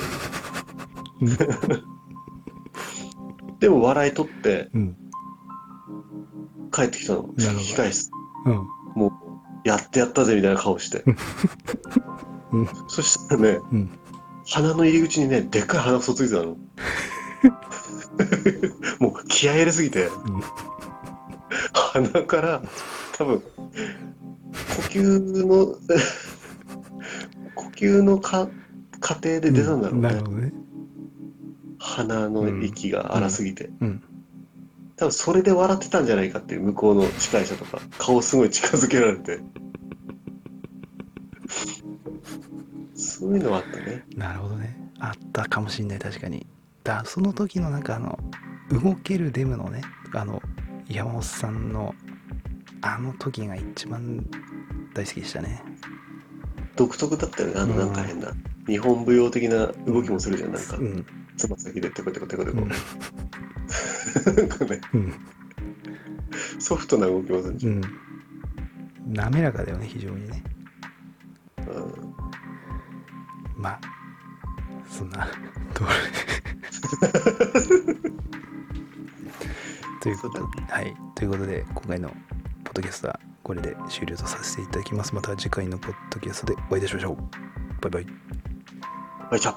S2: な。 でも笑い取って
S1: うん
S2: 帰ってきたの。
S1: なるほど
S2: 引き返す。
S1: うん
S2: もう、やってやったぜみたいな顔して。
S1: うん
S2: そしたらね、
S1: うん
S2: 鼻の入り口にね、でっかい鼻くそついてたの。もう気合い入れすぎて、
S1: ん
S2: 鼻から多分呼吸の呼吸のか過程で出たんだろうね、
S1: なるほどね
S2: 鼻の息が荒すぎて、
S1: うん
S2: 多分それで笑ってたんじゃないかっていう向こうの司会者とか顔すごい近づけられてそういうのはあったね
S1: なるほどねあったかもしんない確かにだその時のなんかあの動けるデムのねあの山本さんのあの時が一番大好きでしたね
S2: 独特だったよねあのなんか変な、日本舞踊的な動きもするじゃんなんか
S1: うん
S2: つま先でテコテコテコテコ、
S1: うん
S2: なんかね
S1: うん、
S2: ソフトな動きもするじ
S1: う
S2: ゃん、
S1: ん、滑らかだよね非常にね
S2: うん
S1: まあそんな とということ
S2: そう
S1: はいということで今回のポッドキャストはこれで終了とさせていただきますまた次回のポッドキャストでお会いいたしましょうバイバイ
S2: よいしょ